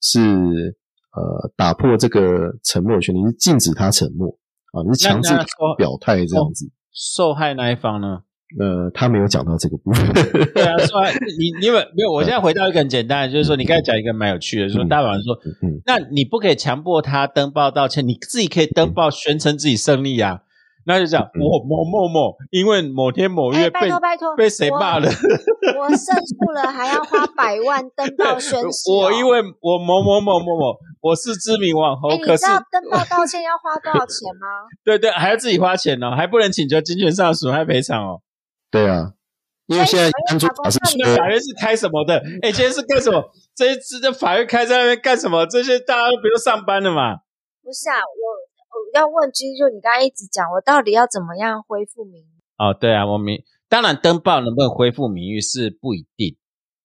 是呃打破这个沉默权利，你是禁止他沉默啊，你是强制
那那
他
说哦
表态这样子。
受害那一方呢？
呃，他没有讲到这个部分。
对啊，受害你你有没有没有？我现在回到一个很简单的，就是说你刚才讲一个蛮有趣的，就是说
嗯
大法官说
嗯，
那你不可以强迫他登报道歉，你自己可以登报宣称自己胜利啊。那就讲
嗯
我某某某，因为某天某
哎，
月
拜
被
托拜托，
被谁骂了，
我？我胜诉了，还要花百万 登报宣誓哦。
呃我因为我某某某某某，我是知名网
哎，
红，
你
可
知
是
道登报道歉要花多少钱吗？
对对，还要自己花钱哦，还不能请求金钱上的损害赔偿哦。
对啊，因为现在安卓法是
那
说
法院是开什么的？哎，今天是干什么？这一次的法院开在那边干什么？这些大家都不用上班了嘛？
不是啊，我我要问居就你刚才一直讲，我到底要怎么样恢复名誉？
哦，对啊，我名当然登报能不能恢复名誉是不一定，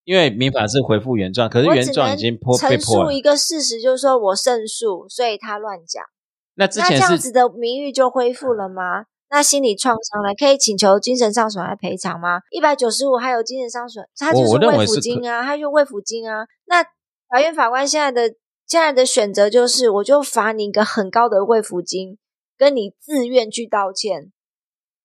因因为民法是回复原状，可是
我
原
只
状已
能
经破被
陈
破
述
了
一。个事实，就是说我胜诉，所以他乱讲。
那之
那这
前
样
是
子的名誉就恢复了吗？那心理创伤呢？可以请求精神伤损害赔偿吗？一百九十五还有精神伤损，他就
我我认为
慰抚
是
金啊，他就慰抚金啊。那法院法官现在的现在的选择就是，我就罚你一个很高的慰抚金，跟你自愿去道歉。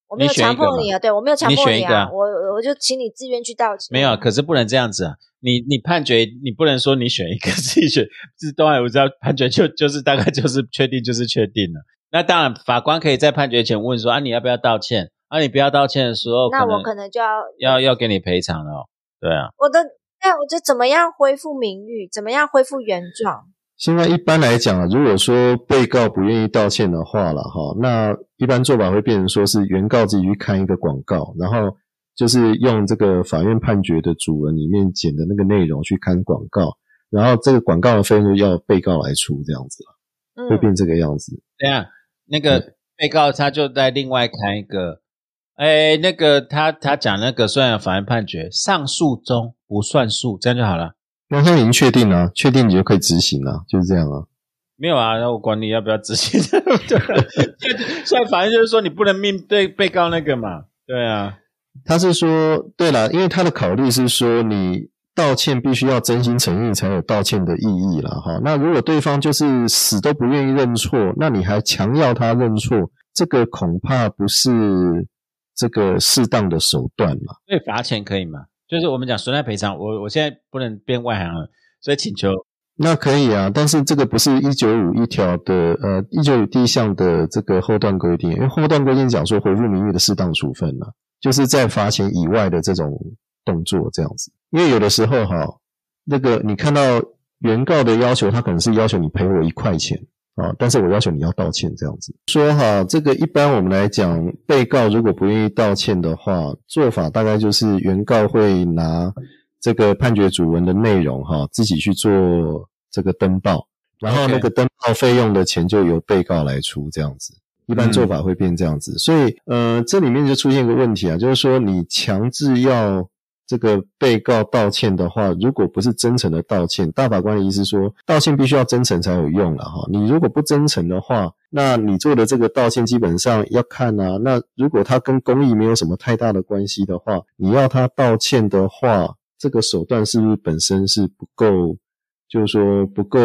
我没
你
有
选
强
一个
迫
嘛
你啊，对我没有强
你
迫
选一
你
个
啊
啊，
我我就请你自愿去道歉。
没有，可是不能这样子啊！你你判决你不能说你选一个 自己选，自东海我知道判决就就是大概 就是确定就是确定了。那当然，法官可以在判决前问说啊你要不要道歉？啊你不要道歉的时候，
那我
可
可
能
能就要
要要给你赔偿了、哦。对啊，
我的，那我就怎么样恢复名誉？怎么样恢复原状？
现在一般来讲，如果说被告不愿意道歉的话了哈，那一般做法会变成说是原告自己去看一个广告，然后就是用这个法院判决的主文里面剪的那个内容去看广告，然后这个广告的费用就要被告来出，这样子
嗯，
会变这个样子。
对啊，那个被告他就在另外开一个，哎，那个他他讲那个虽然法院判决上诉中不算数，这样就好了。
那他已经确定了、确定你就可以执行了、就是这样啊。
没有啊，那我管你要不要执行， 对啊不对？所以反正就是说，你不能命对被告那个嘛，对啊，
他是说，对了，因为他的考虑是说，你道歉必须要真心诚意才有道歉的意义了哈。那如果对方就是死都不愿意认错，那你还强要他认错，这个恐怕不是这个适当的手段了。
所以罚钱可以吗？就是我们讲损害赔偿，我我现在不能变外行了，所以请求
那可以啊，但是这个不是一九五一条的呃一九五第一项的这个后段规定，因为后段规定讲说回复名誉的适当处分呢、就是在罚钱以外的这种动作这样子。因为有的时候哈，那个你看到原告的要求，他可能是要求你赔我一块钱啊，但是我要求你要道歉这样子。说哈，这个一般我们来讲，被告如果不愿意道歉的话，做法大概就是原告会拿这个判决主文的内容哈，自己去做这个登报，然后
OK
那个登报费用的钱就由被告来出这样子。一般做法会变这样子，所以呃，这里面就出现一个问题啊，就是说你强制要这个被告道歉的话，如果不是真诚的道歉，大法官的意思说，道歉必须要真诚才有用了哈。你如果不真诚的话，那你做的这个道歉基本上要看啊，那如果他跟公益没有什么太大的关系的话，你要他道歉的话，这个手段是不是本身是不够，就是说不够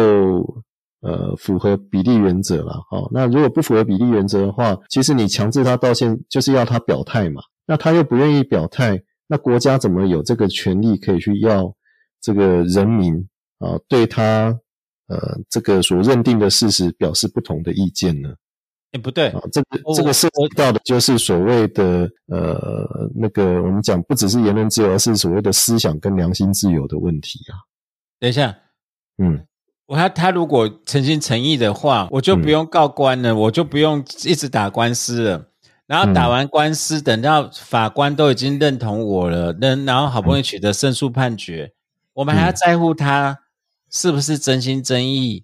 呃符合比例原则了。哦，那如果不符合比例原则的话，其实你强制他道歉就是要他表态嘛，那他又不愿意表态，那国家怎么有这个权利可以去要这个人民啊、对他呃这个所认定的事实表示不同的意见呢？
哎不对
啊，，这个
哦
这个涉及到的就是所谓的呃那个我们讲不只是言论自由，而是所谓的思想跟良心自由的问题啊。
等一下，
嗯，
我他他如果诚心诚意的话，我就不用告官了，我就不用一直打官司了。然后
嗯
打完官司，等到法官都已经认同我了，那然后好不容易
嗯
取得胜诉判决，我们还要在乎他是不是真心真意？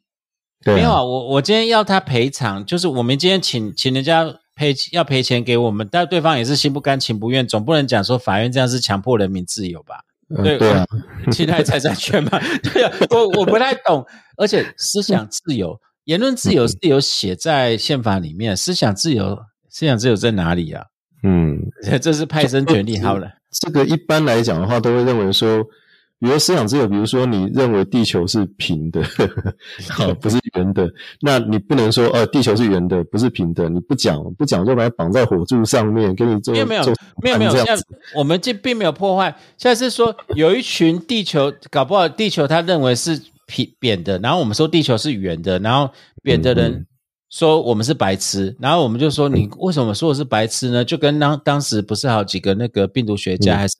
对、啊，
没有啊，我我今天要他赔偿，就是我们今天请请人家赔要赔钱给我们，但对方也是心不甘情不愿，总不能讲说法院这样是强迫人民自由吧？
呃
对
对啊，
期待财产权嘛？ 对啊，我我不太懂，而且思想自由、言论自由是有写在宪法里面，思想自由，思想自由在哪里啊？
嗯，
这是派生权利好了，
这个一般来讲的话，都会认为说，比如思想自由，比如说你认为地球是平的， 好不是圆的，那你不能说呃地球是圆的，不是平的，你不讲不讲就把它绑在火柱上面，给你做
没有没有
做
没有没有，嗯
这
现
样
在
子
我们这并没有破坏，现在是说有一群地球，搞不好地球他认为是平扁的，然后我们说地球是圆的，然后扁的
嗯
人说我们是白痴，然后我们就说你为什么说我是白痴呢？就跟当当时不是好几个那个病毒学家还是。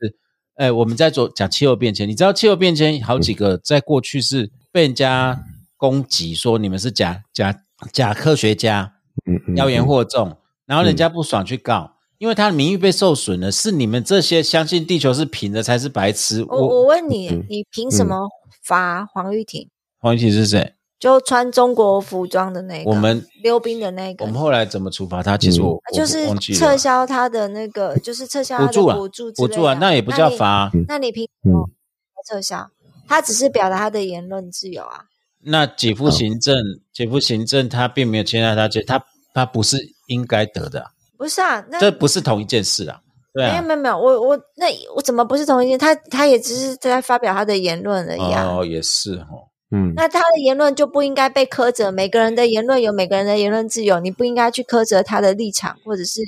哎，我们在做讲气候变迁，你知道气候变迁好几个在过去是被人家攻击，说你们是假假假科学家，
嗯嗯
妖言惑众，然后人家不爽去告，因为他的名誉被受损了，是你们这些相信地球是平的才是白痴。
我我
我
问你
嗯，
你凭什么罚黄玉婷？
黄玉琪是谁？
就穿中国服装的那个，
我们
溜冰的那个，
我们后来怎么处罚他？其
嗯
实我
啊
我
就是
忘记
撤
了
销他的那个，就是撤销他
补助
的
啊
补助之
补
类的
助啊，那也不叫
你
罚啊。
那你凭
嗯
什么撤销，他只是表达他的言论自由啊。
那给付行政，给付行政他并没有侵害他这，他他不是应该得的啊、
不是啊，那
这不是同一件事啊。对
没有
啊，
没有没有，我我那我怎么不是同意见？他他也只是在发表他的言论而已啊。
哦，也是哦，
嗯，
那他的言论就不应该被苛责。每个人的言论有每个人的言论自由，你不应该去苛责他的立场，或者是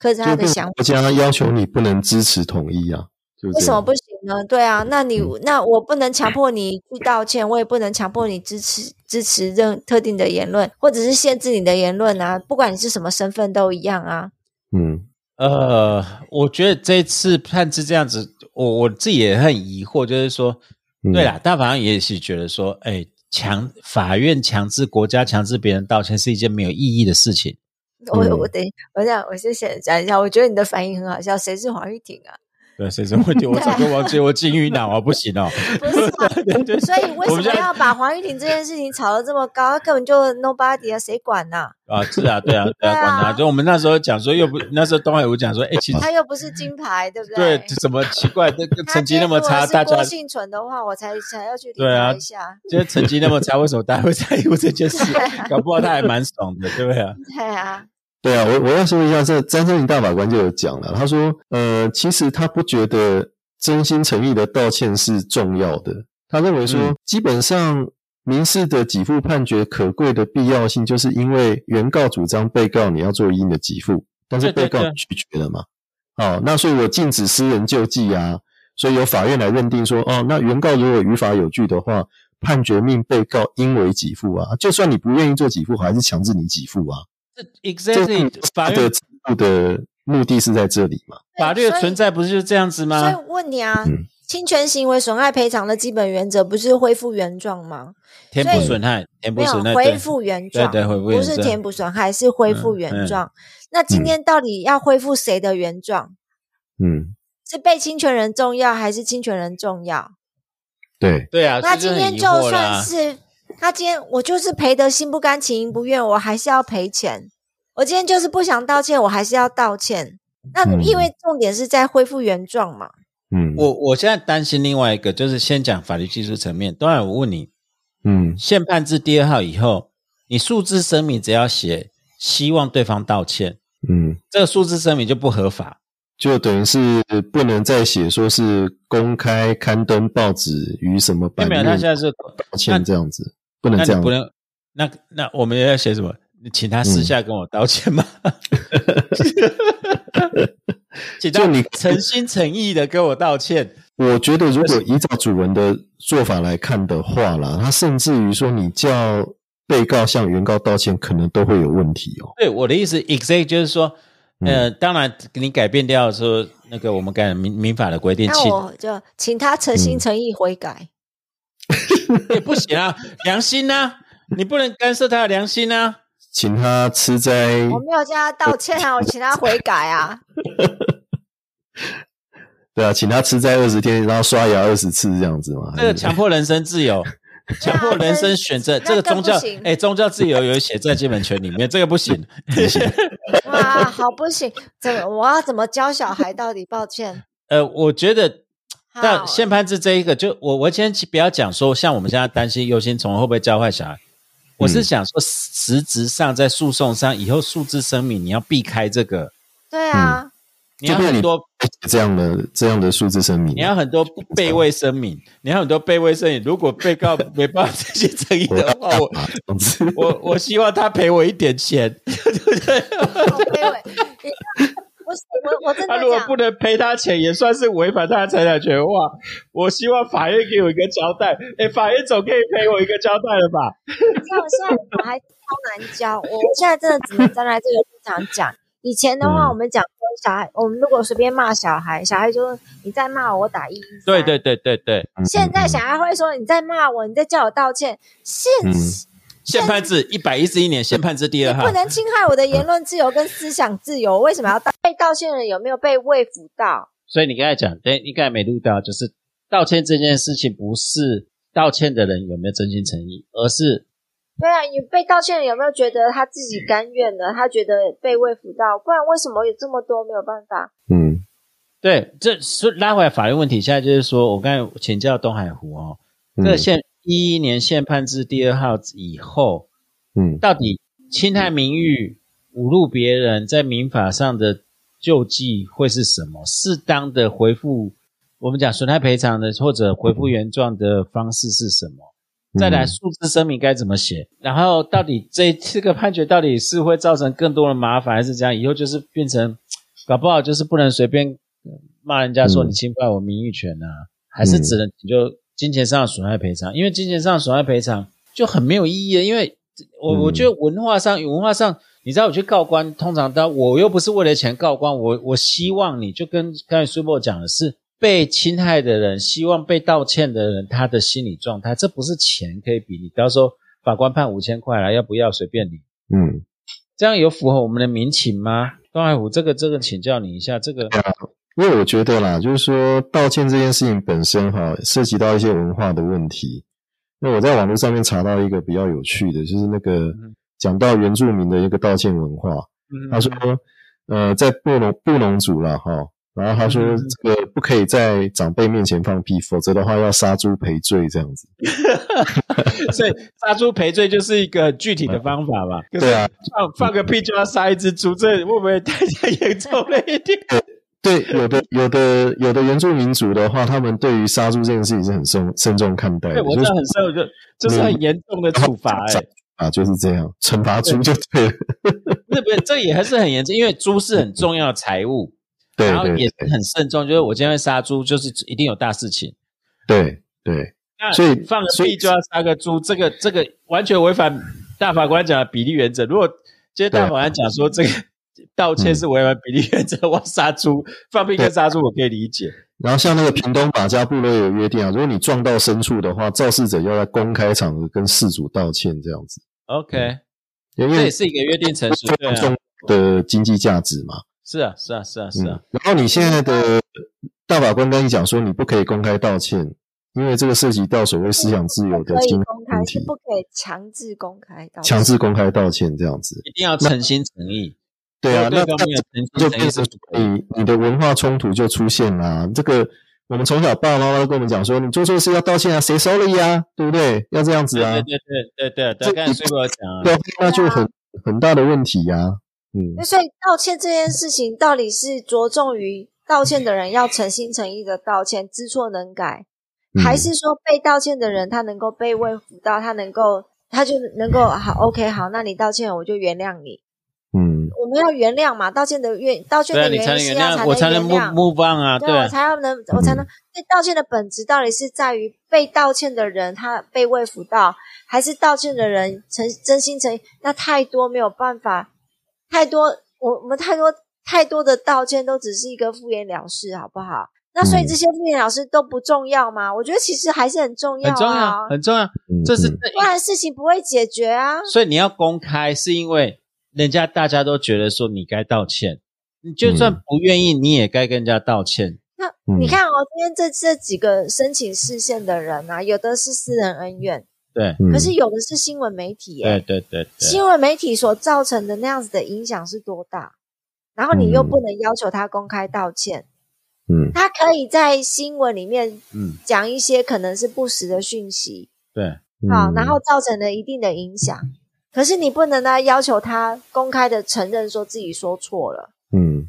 苛责
就
他的
变
想
成
法。
国家要求你不能支持统一啊，就
为
这
什么
样。
不行呢？对啊，那你
嗯
那我不能强迫你去道歉，我也不能强迫你支持支持任特定的言论，或者是限制你的言论啊。不管你是什么身份都一样啊。
嗯，
呃，我觉得这次判治这样子，我我自己也很疑惑，就是说，
嗯
对啦，大法官也许觉得说，哎，强法院强制国家强制别人道歉是一件没有意义的事情。
我
嗯
我等一我想我先想讲一下，我觉得你的反应很好笑。谁是黄玉婷啊？
对，谁这么 题？我早就忘记我金鱼脑啊，不行哦。
不是嘛？
对对
所以
我
为什
们
么
现在
要把黄玉婷这件事情炒得这么高？他根本就 nobody 啊，谁管呐、
啊，是啊， 对啊，对
对
啊，
啊
管他。就我们那时候讲说，又不那时候东海武讲说，哎，其实
他又不是金牌，对不
对怎么奇怪，这个
他
成绩那么差，
今天
大
如
家
果是郭幸存的话，我才才要去理
对啊
他一下。
就是成绩那么差，为什么大家会在乎这 件事？搞不好他还蛮爽的，对不对啊？
对啊，
对啊，我我要说一下，这詹正林大法官就有讲了，他说，呃，其实他不觉得真心诚意的道歉是重要的，他认为说，
嗯
基本上民事的给付判决可贵的必要性，就是因为原告主张被告你要做一定的给付，但是
对对
被告
对
拒绝了嘛，哦，那所以我禁止私人救济啊，所以由法院来认定说，哦，那原告如果于法有据的话，判决命被告应为给付啊，就算你不愿意做给付，还是强制你给付啊。这个
Exactly，法
的
律
制度的目的是在这里嘛？
法律的
所以
存在不是就这样子
所以
吗？
我问你啊
嗯，
侵权行为损害赔偿的基本原则不是恢复原状吗？
填补损害，填补
没有
损害，
恢
对
复原
对
状，
对，恢复原
不是
状
填补损害，是恢复
嗯
原
嗯
状。那今天到底要恢复谁的原状？
嗯，
是被侵权人重要，还是侵权人重要？
对，
对啊，
那
这
今
很
天
疑
就
惑
算
啦
是他今天我就是赔得心不甘情不愿，我还是要赔钱。我今天就是不想道歉，我还是要道歉。那
嗯
因为重点是在恢复原状嘛。
嗯，
我我现在担心另外一个，就是先讲法律技术层面。当然，我问你，
嗯
宪判至第二号以后，你数字声明只要写希望对方道歉，
嗯，
这个数字声明就不合法。
就等于是不能再写说是公开刊登报纸与什么版
没有，没有
面
啊他现在是，
道歉这样子，不能
那
这
你
样
不。能，那那我们要写什么？你请他
嗯
私下跟我道歉吗？ 请他
就你
诚心诚意的跟我道歉。
我觉得如果依照主文的做法来看的话啦，他甚至于说你叫被告向原告道歉，可能都会有问题哦。
对我的意思，exact 就是说，
嗯
呃，当然你改变掉说那个我们改民民法的规定，
那
请嗯
我就请他诚心诚意悔改。
也不行啊，良心啊，你不能干涉他的良心啊。
请他吃
嗯
斋，
我没有叫他道歉啊，我请他悔 改啊。
对啊，请他吃斋二十天，然后刷牙二十次这样子嘛。
这个强迫人身自由，强迫人身选择，
啊那
这个宗教
更不行，
哎，宗教自由有写在基本权里面，这个不 行。
啊哇，好不行，怎么我要怎么教小孩到底抱歉？
呃，我觉得
好
但宪判制这一个，就我我今天不要讲说，像我们现在担心忧心忡会不会教坏小孩，我是想说实质上在诉讼上，以后诉之声明你要避开这个，
对啊，
你要
就变
很
你
多
这样的这样的数字声明，啊
你要很多备位声明，你要很多备位声明。如果被告没办法这些争议
我
的话，我
啊这样子。
我我希望他赔我一点钱。
好卑微。你不是我，我真
嗯 他
的
如果
讲
不，能赔他钱，也算是违反他的财产权的话，我希望法院给我一个交代。哎，法院总可以赔我一个交代了吧？
像我现在小孩超难教，我我现在真的只能站在这个立场讲。以前的话，
嗯
我们讲说小孩，我们如果随便骂小孩，小孩就说你再骂我，我打一一三。
对对对对对，
嗯
现在小孩会说你在骂我，你在叫我道歉，现
嗯
宪判制一百一十一年宪判制第
你
二号
不，能侵害我的言论自由跟思想自由，为什么要道？被道歉人有没有被慰抚到？
所以你刚才讲，对，你刚才没录到，就是道歉这件事情不是道歉的人有没有真心诚意，而是
对啊，你被道歉人有没有觉得他自己甘愿的？他觉得被慰抚到，不然为什么有这么多没有办法？
嗯，
对，这是拉回来法律问题。现在就是说我刚才请教东海湖哦，这个
嗯
宪一一年宪判字第二号以后，
嗯
到底侵害名誉、侮辱别人在民法上的救济会是什么？适当的回复，我们讲损害赔偿的或者回复原状的方式是什么？再来，
嗯
诉之声明该怎么写？然后到底这这个判决到底是会造成更多的麻烦，还是这样？以后就是变成，搞不好就是不能随便骂人家说
嗯
你侵犯我名誉权呐、啊还是只能就金钱上的损害赔偿？因为金钱上的损害赔偿就很没有意义啊了，因为我
嗯
我觉得文化上文化上，你知道我去告官，通常到我又不是为了钱告官，我我希望你就跟刚才苏博讲的是，被侵害的人希望被道歉的人他的心理状态，这不是钱可以比拟。到时候法官判五千块来，要不要随便你，
嗯，
这样有符合我们的民情吗？东海虎，这个这个请教你一下，这个
啊因为我觉得啦，就是说道歉这件事情本身哈，涉及到一些文化的问题。那我在网络上面查到一个比较有趣的，就是那个
嗯
讲到原住民的一个道歉文化，他说，呃，在布农布农族了哈，然后他说
嗯
这个不可以在长辈面前放屁，否则的话要杀猪赔罪这样子。
所以杀猪赔罪就是一个具体的方法吧？
对啊，
放放个屁就要杀一只猪，这会不会太太严重了一点？
对，有的有的有的原住民族的话，他们对于杀猪这件事情是很慎慎重看待的，
对，我
就
这
是嗯
很受，就就是很严重的处 罚、哎，
啊就是这样，惩罚猪就对了。
日本这也还是很严重，因为猪是很重要的财物，
对
然后也
对
是很慎重，就是我今天会杀猪，就是一定有大事情。
对对，
那
所以
放个
所
屁
以
就要杀个猪，这个这个完全违反大法官讲的比例原则。如果今天大法官讲说这个道歉
嗯
是违反比例原则，我 杀猪放屁跟杀猪我可以理解。
然后像那个屏东马家部落有约定啊，如果你撞到牲畜的话，肇事者要在公开场合跟事主道歉这样子，
OK，
因
这
为
也是一个约定成熟，对
非常
啊
重，要的经济价值嘛。
是啊，是啊，是啊，是啊
嗯，，然后你现在的大法官跟你讲说，你不可以公开道歉，因为这个涉及到所谓思想自由的
可以
侵害
公
问
开，是
题，
不可以强制公开道歉。
强制公开道歉这样子。
一定要诚心诚意。
对啊，
如
那
果
那
对方没有诚
就
心
变
诚意
成
是
你你的文化冲突就出现啦、这个我们从小爸爸妈妈都跟我们讲说，你做错事要道歉啊，谁 sorry 啊，对不对？要这样子啊
对，对对对对对，刚才水果讲啊，
对啊，那就很很大的问题呀、嗯，
那所以道歉这件事情，到底是着重于道歉的人要诚心诚意的道歉，知错能改，
嗯
还是说被道歉的人他能够被慰抚到，他能够他就能够好 OK 好，那你道歉我就原谅你。
嗯
我们要原谅嘛，道歉的原道歉
对啊，
的
你才
原
能
因是
原
要
谅，我才
能
能
原谅
move move on 啊，对
对，我
啊，
才要能，我才能。所以道歉的本质到底是在于被道歉的人他被慰抚到，还是道歉的人诚真心诚意？那太多没有办法，太多我我们太多太多的道歉都只是一个敷衍了事，好不好？那所以
嗯
这些敷衍了事都不重要吗？我觉得其实还是很重要、啊，
很重要，很重要。
嗯，
这是
嗯
不然事情不会解决啊。
所以你要公开，是因为人家大家都觉得说你该道歉，你
嗯
就算不愿意，你也该跟人家道歉。
那
嗯
你看哦，今天这这几个申请视线的人啊，有的是私人恩怨，
对，
嗯
可是有的是新闻媒体耶、
对对对对，
新闻媒体所造成的那样子的影响是多大？然后你又
嗯
不能要求他公开道歉，
嗯
他可以在新闻里面
嗯，
讲一些可能是不实的讯息，
对，
好、
嗯
然后造成了一定的影响。可是你不能呢要求他公开的承认说自己说错了。
嗯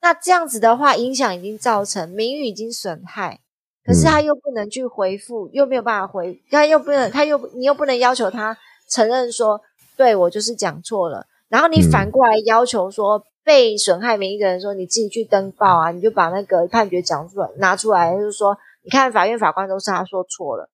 那这样子的话，影响已经造成，名誉已经损害，可是他又不能去回复，又没有办法回，他又不能，他又你又不能要求他承认说，对我就是讲错了，然后你
嗯
反过来要求说。被损害名誉的人说：“你自己去登报啊，你就把那个判决讲出来，拿出来，就是说，你看法院法官都是他说错了，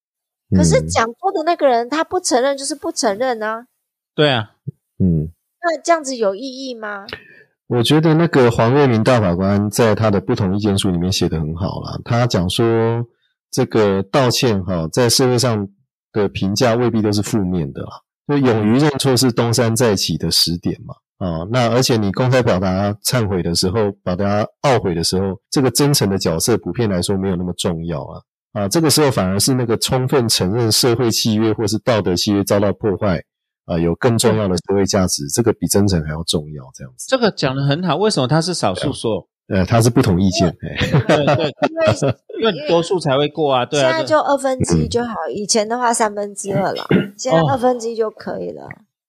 可是讲错的那个人他不承认，就是不承认啊。
对啊，
嗯
那这样子有意义吗？
我觉得那个黄瑞明大法官在他的不同意见书里面写得很好啦，他讲说这个道歉哈，在社会上的评价未必都是负面的啦，就勇于认错是东山再起的时点嘛。啊、那而且你公开表达忏悔的时候，表达懊悔的时候，这个真诚的角色普遍来说没有那么重要啊。啊，这个时候反而是那个充分承认社会契约或是道德契约遭到破坏，啊，有更重要的社会价值，这个比真诚还要重要。这样子，
啊
这个讲的很好，为什么他是少数说？
呃，他是不同意见，哎，
对对，
因为
因为多数才会过啊，对
现
啊，
在
对
就二分之一就好，以前的话三分之二了，现在
哦
二分之一就可以了。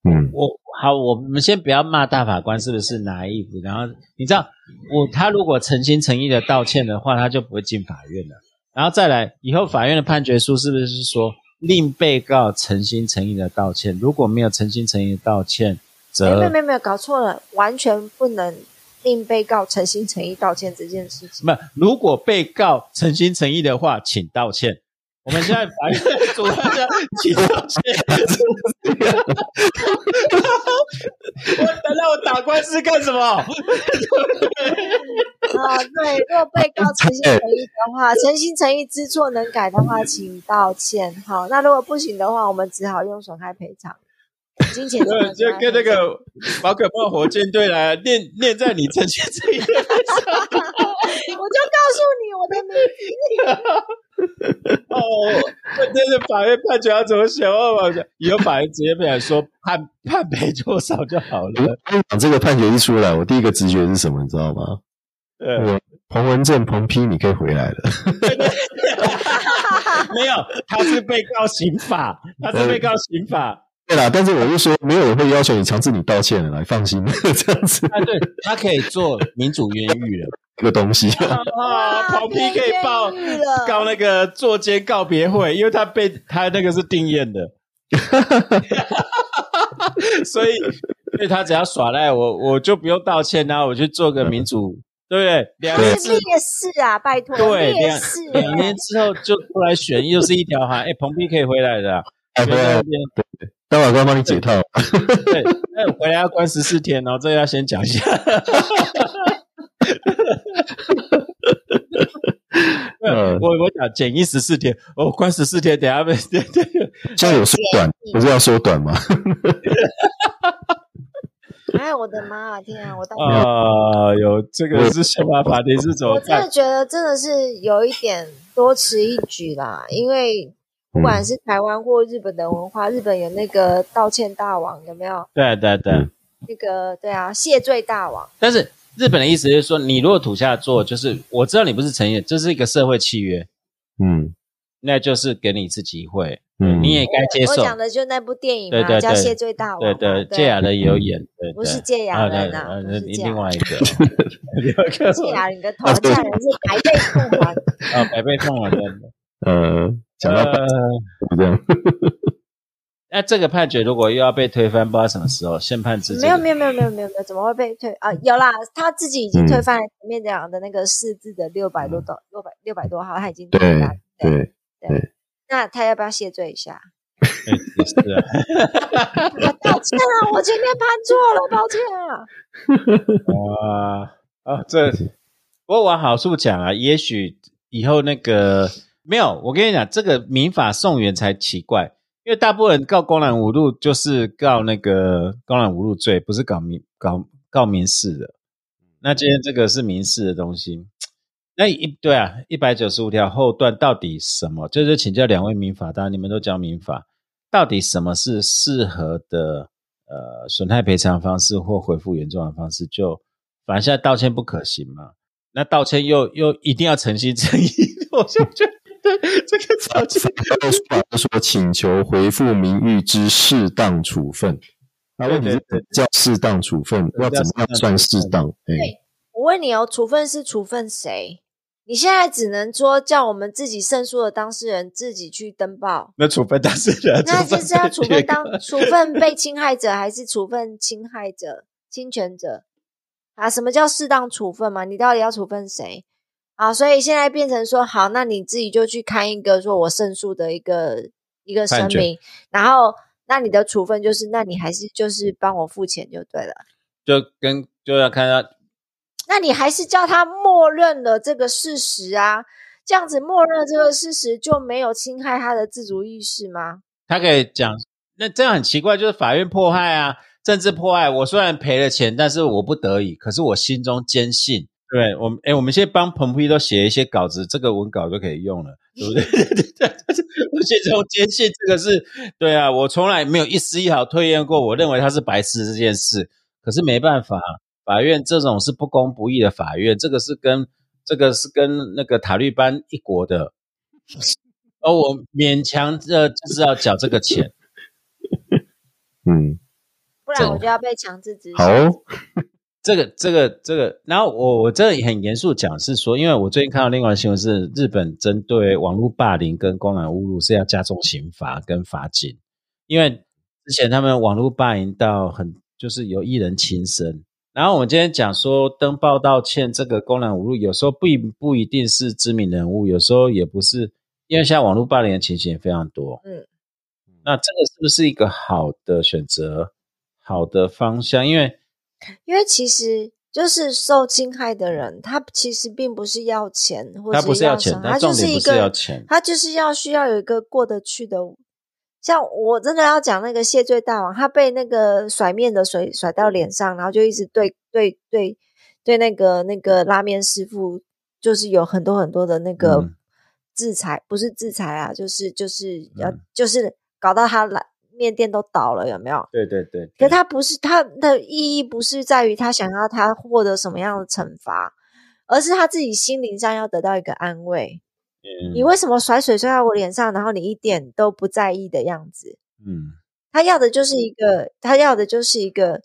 嗯，
我好，我们先不要骂大法官是不是拿衣服，然后你知道，我他如果诚心诚意的道歉的话，他就不会进法院了。然后再来，以后法院的判决书是不是是说令被告诚心诚意的道歉？如果没有诚心诚意的道歉，
没哎有没
则
有没有没有搞错了，完全不能令被告诚心诚意道歉这件事情。
不，如果被告诚心诚意的话，请道歉。我们现在法院的主要叫请道歉。 我等到我打官司干什么？
啊，对，如果被告诚心诚意的话，诚心诚意知错能改的话，请道歉。好，那如果不行的话，我们只好用损害赔偿，金钱损害
对，
赔
就
偿
跟那个宝可梦火箭队来啊念念在你成绩这一个，
我就告诉你我的名字，
哦， 这是法院判决要怎么写？我我以后法院直接不想说判判赔多少就好 了。
我讲这个判决一出来，我第一个直觉是什么，你知道吗？
对，
我彭文正、彭批，你可以回来了。
没有，他是被告刑法，他是被告刑法。
对啦，但是我就说，没有人会要求你强制你道歉的啦，你放心， 这样子
啊，对，他可以做民主冤狱了。
一个东西，
啊，
哇
彭批可以报
变冤狱了
告那个作奸告别会，因为他被他那个是定验的， 所以所以他只要耍赖，我我就不用道歉啦、啊我去做个民主，对不对？两
他
年
是
之
烈士啊，拜托，
对
烈
两
士啊，
两年之后就出来选，又是一条哈，哎，彭批可以回来的、啊，
哎，回来，待会儿官帮你解套。
对，那回来要关十四天哦，这要先讲一下。
嗯
我我讲减一十四天，我、关十四天，等一下被 对对对
现在有缩短，不是要缩短吗？
哎，我的妈啊，天啊，我当时
啊，有这个是宪法法庭是怎么
我真
办
的？觉得真的是有一点多此一举啦，因为不
嗯
管是台湾或日本的文化，日本有那个道歉大王，有没有？
对对对
嗯，
那个对啊，谢罪大王，
但是日本的意思就是说，你如果土下做，就是我知道你不是成员，这是一个社会契约，
嗯
那就是给你一次机会，
嗯，
你也该接
我
受。
讲的就是那部电影
对
嘛，
对
叫《
对
谢罪大王
对》
嘛。
对，芥雅人有演，对对，
不是芥雅人啊
啊对呃
不是
那
芥雅
另外一 啊个，另外一个
谢雅你的头嫁人是白背凤 凰，
啊，百倍奉还的。
呃，讲到
呃，
这样，
那这个判决如果又要被推翻，不知道什么时候宪判之
没有没
有，
有没有没有没有没有，怎么会被推啊？有啦，他自己已
嗯
经推翻了前面讲的那个四字的六百多多六百六百多号，他已经推翻了。
对，
那他要不要谢罪一下？
哎也是啊，
我道歉啊，我今天判错了，抱歉啊。
哇啊，这不过往好处讲啊，也许以后那个没有，我跟你讲，这个民法送源才奇怪，因为大部分人告公然侮辱就是告那个公然侮辱罪，不是搞民搞告民事的。那今天这个是民事的东西，那一对啊，一百九十五条后段到底什么？就是请教两位民法大，你们都教民法，到底什么是适合的呃损害赔偿方式或回复原状的方式？就反正现在道歉不可行嘛，那道歉又又一定要诚心诚意， 我就觉得这个道歉
要说法就说请求回复名誉之适当处分。那问题是
对对
叫适当处分，要怎么样算适当？哎，
我问你哦，处分是处分谁？你现在只能说叫我们自己胜诉的当事人自己去 登报，
那处分当事人，
那就是要处分
被
当处分被侵害者还是处分侵害者、侵权者啊？什么叫适当处分嘛？你到底要处分谁啊？所以现在变成说，好，那你自己就去看一个说我胜诉的一个一个声
判决
明，然后那你的处分就是，那你还是就是帮我付钱就对了。
就跟就要看到
那你还是叫他默认了这个事实啊？这样子默认这个事实就没有侵害他的自主意识吗？
他可以讲，那这样很奇怪，就是法院迫害啊，政治迫害。我虽然赔了钱，但是我不得已，可是我心中坚信。对我们，哎，我们现在帮彭批都写一些稿子，这个文稿就可以用了，对不对？我心中坚信这个是对啊，我从来没有一丝一毫推验过，我认为他是白痴这件事。可是没办法，法院这种是不公不义的法院，这个是跟这个是跟那个塔利班一国的，而我勉强这就是要缴这个钱。
嗯，
不然我就要被强制执行。
好哦，
这个这个这个，然后我我这里很严肃讲是说，因为我最近看到另外的新闻是，日本针对网络霸凌跟公然侮辱是要加重刑罚跟罚金，因为之前他们网络霸凌到很就是有艺人轻生，然后我们今天讲说登报道歉这个公然侮辱，有时候不一不一定是知名人物，有时候也不是，因为现在网络霸凌的情形也非常多，
嗯，
那这个是不是一个好的选择，好的方向？因为
因为其实就是受侵害的人，他其实并不是要钱，或
他不是
要什
钱
么，
他
就
重点
一
不
个
是要钱，
他就是要需要有一个过得去的。像我真的要讲那个谢罪大王，他被那个甩面的水甩到脸上，然后就一直对对对对那个那个拉面师傅，就是有很多很多的那个
嗯
制裁，不是制裁啊，就是就是要、
嗯
就是搞到他拉面店都倒了，有没有？
对对对，
可他不是他的意义不是在于他想要他获得什么样的惩罚，而是他自己心灵上要得到一个安慰。你
嗯
为什么甩水甩到我脸上，然后你一点都不在意的样子？
嗯
他要的就是一个，他要的就是一个，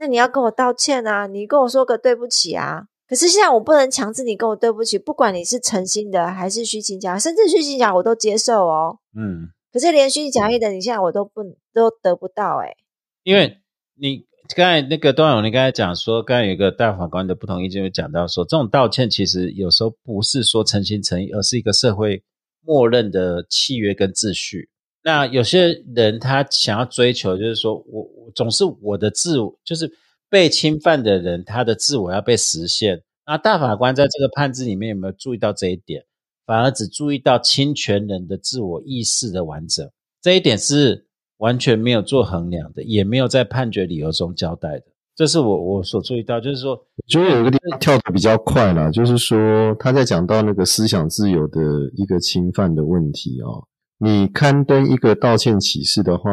那你要跟我道歉啊，你跟我说个对不起啊。可是现在我不能强制你跟我对不起，不管你是诚心的还是虚情假意，甚至虚情假意我都接受哦。
嗯，
可是连虚情假意的，你现在我都不都得不到哎、
因为你刚才那个段勇，你刚才讲说，刚才有一个大法官的不同意见，就讲到说，这种道歉其实有时候不是说诚心诚意，而是一个社会默认的契约跟秩序。那有些人他想要追求，就是说我我总是我的自我，就是被侵犯的人，他的自我要被实现。那大法官在这个判字里面有没有注意到这一点？反而只注意到侵权人的自我意识的完整，这一点是完全没有做衡量的，也没有在判决理由中交代的。这是我我所注意到，就是说，
我觉得有一个地方跳的比较快啦，就是说他在讲到那个思想自由的一个侵犯的问题哦。你刊登一个道歉启事的话，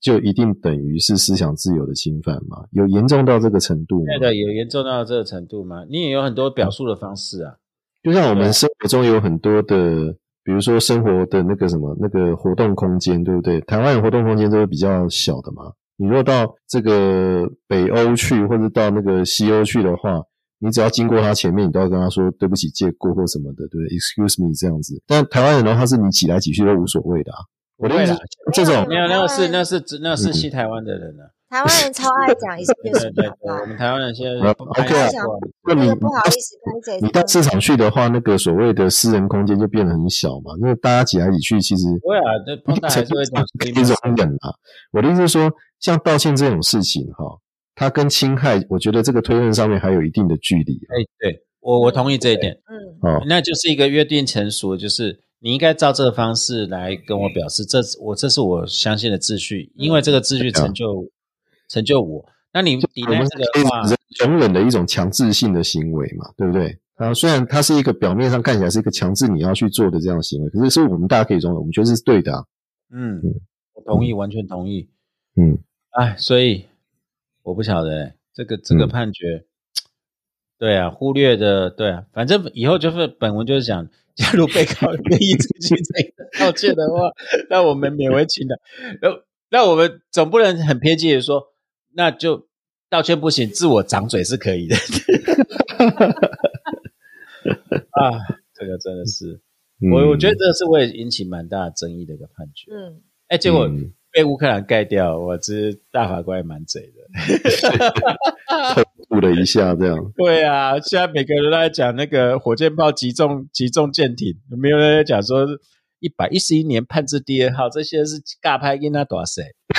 就一定等于是思想自由的侵犯嘛？有严重到这个程度吗？
对的，有严重到这个程度吗？你也有很多表述的方式啊，
就像我们生活中有很多的，比如说生活的那个什么那个活动空间，对不对？台湾的活动空间都是比较小的嘛。你若到这个北欧去，或者到那个西欧去的话，你只要经过他前面，你都要跟他说对不起、借过或什么的，对不对？Excuse me 这样子。但台湾人的话，是你挤来挤去都无所谓的啊。我的意
不会
思
啦
是，这种
没有，那个是
嗯
那是那是西台湾的人啊，
台湾人超爱讲一些
对
就
对
是
对
好，
对我
吧，
们台湾人现在不拍
OK 啊那
过来
那
你
个不好意思，拍谁？
你到市场去的话，那个所谓的私人空间就变得很小嘛，因为大家挤来挤去，其实
不会啊，这碰到还是会 讲
可以容忍啊。我的意思是说，像道歉这种事情哈、它跟侵害，我觉得这个推论上面还有一定的距离啊、
哎，对我我同意这一点。
嗯，
哦。
那就是一个约定成熟，就是你应该照这个方式来跟我表示，这是我这是我相信的秩序，因为这个秩序成就成就我。那你抵
啊我
赖
们
这个的话
可以，忍容忍的一种强制性的行为嘛，对不对？啊，虽然它是一个表面上看起来是一个强制你要去做的这样的行为，可是是我们大家可以容忍，我们觉得是对的、啊。
嗯，我同意，完全同意。
嗯，
哎，所以我不晓得、欸这个这个判决，对啊，忽略的，对啊，反正以后就是本文就是讲，假如被告人愿意自己这个道歉的话，那我们勉为其难。那那我们总不能很偏激的说，那就道歉不行，自我掌嘴是可以的。 啊，这个真的是，
嗯
我我觉得这是会引起蛮大的争议的一个判决。
嗯，
哎，结果
嗯
被乌克兰盖掉，我知大法官也蛮贼的。
吐了一下这样，
对啊，现在每个人都在讲那个火箭炮击中击中舰艇，没有人在讲说一百一十一年判至第二号，这些是尬拍跟他多谁？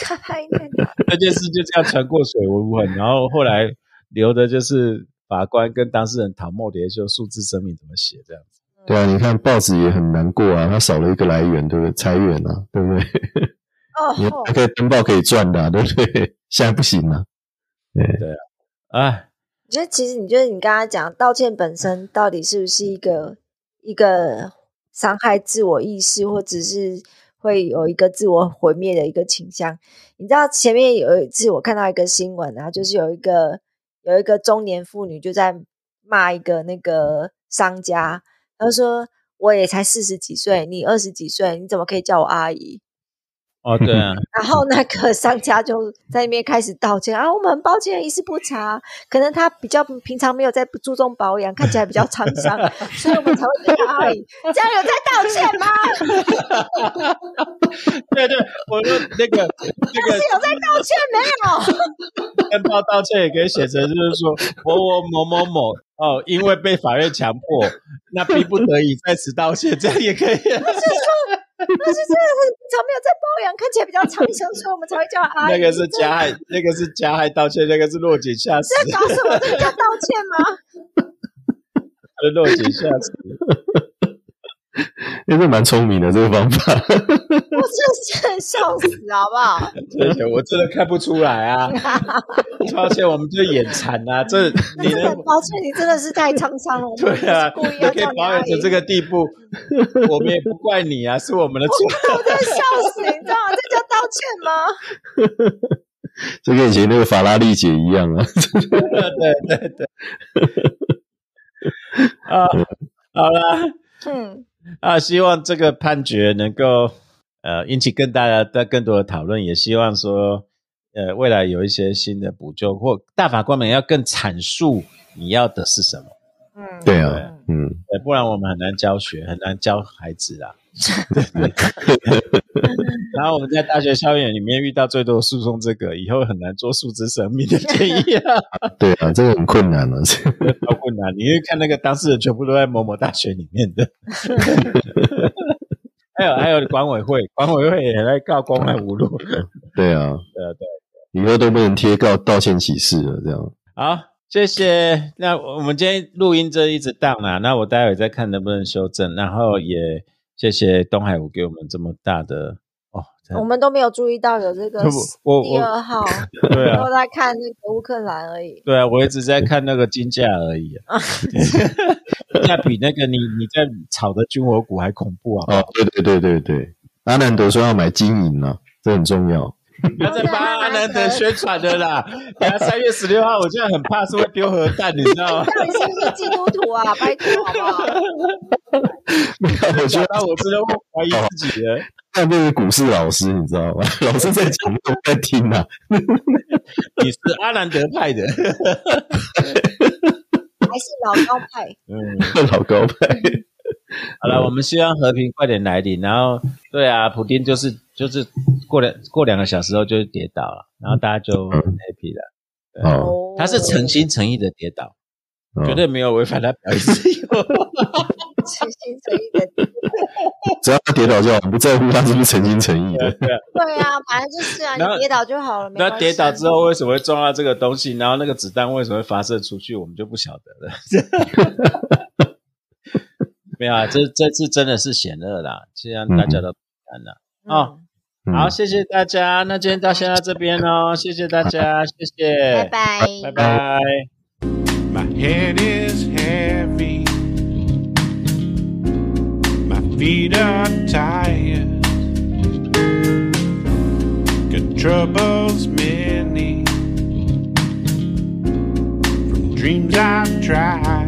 开那个
这件事就这样传过水文文，然后后来留的就是法官跟当事人唐莫蝶就数字声明怎么写这样子。
对啊，你看报纸也很难过啊，它少了一个来源，对不对？裁员啊，对不对？
哦
你
哦，
还可以登报可以赚的、啊，对不对？ 现在不行了、
哎，
我觉得其实你觉得你刚刚讲道歉本身到底是不是一个一个伤害自我意识，或者是会有一个自我毁灭的一个倾向。你知道前面有一次我看到一个新闻啊，就是有一个有一个中年妇女就在骂一个那个商家，她说：“我也才四十几岁，你二十几岁，你怎么可以叫我阿姨？”
哦，对啊，
然后那个商家就在那边开始道歉啊，我们很抱歉，一事不察，可能他比较平常没有在注重保养，看起来比较沧 桑，所以我们才会对他而已。这样有在道歉吗？
对对，我说那个那
但
个
是有在道歉没有？
跟报道歉也可以写成就是说某某某某某哦，因为被法院强迫，那逼不得已在此道歉，这样也 可以。
他是真的是平常没有在保养，看起来比较沧桑，所以我们才会叫他阿哎姨。
那个是加害，那个是加害道歉，那个是落井下石，
在啊搞什么？这个叫道歉吗？
那落井下石。
因为蛮聪明的这个方法。
我真是很笑死，好不好？
而且我真的看不出来 啊，抱歉，我们就眼馋啊，这
那
你
真的
能
很抱歉，你真的是太沧桑了。我们
对啊
不是故意，
都
要
可以
叫你
保
阿
养
姨嗯
成。这个地步，我们也不怪你啊，是我们的错。
我真的笑死，你知道吗？这叫道歉吗？
这跟以前那个法拉利姐一样啊。
对对 对。啊，好啦，
嗯，
啊，希望这个判决能够呃引起更大的、的更多的讨论，也希望说呃未来有一些新的补救，或大法官们要更阐述你要的是什么，
嗯，
对啊嗯，
嗯，
呃不然我们很难教学，很难教孩子啊。然后我们在大学校园里面遇到最多的诉讼，这个以后很难做数字生命的建议啊。
对啊，这个很困难 啊。这个
超困难。你会看那个当事人全部都在某某大学里面的， 还有还有管委会，管委会也在告公安无路。对
对啊，
啊对
以后都不能贴告道歉启事了，这样。
啊，好，谢谢。那我们今天录音这一直档啦，那我待会再看能不能修正，然后也谢谢东海武给我们这么大的哦，真的
我们都没有注意到有这个
我我
第二号，
对啊
都在看那个乌克兰而 已。
对啊，我一直在看那个金价而已、啊，金价比那个你你在炒的军火股还恐怖啊！
哦，对对对对对，阿南德说要买金银啊，这很重 要。
不要再帮阿南德宣传了啦！ 等下啊三月十六号，我现在很怕是会丢核弹，你知道 吗？
哎到底是不是基督徒啊？拜托好不 好？
我觉
讲
得
到我真的会怀疑自己了。
他那个股市老师，你知道吗？ 老师在讲，我都在听啊。
你是阿南德派的，
还是老高派？
嗯，
老高派，
好了，我们希望和平快点来临。然后，对啊，普丁就是就是过两过两个小时后就跌倒了，然后大家就很 happy 了。
哦，
他是诚心诚意的跌倒，
嗯
绝对没有违反他表演自 由。
哦诚心诚意的，
只要他跌倒就好，不在乎他是不是诚心诚意的。
对啊，反正就是啊，
然后
你跌倒就好了，没关
那
系。啊
跌倒之后为什么会撞到这个东西？然后那个子弹为什么会发射出去？我们就不晓得了。没有啊，这这次真的是险恶啦，这样大家都不安了。哦
嗯
嗯，
好，，谢谢大家，那今天到先到这边哦，谢谢大家，谢
拜
谢，
拜，
拜拜。
My head is heavy. My feet are tired. Got troubles many from dreams I've tried.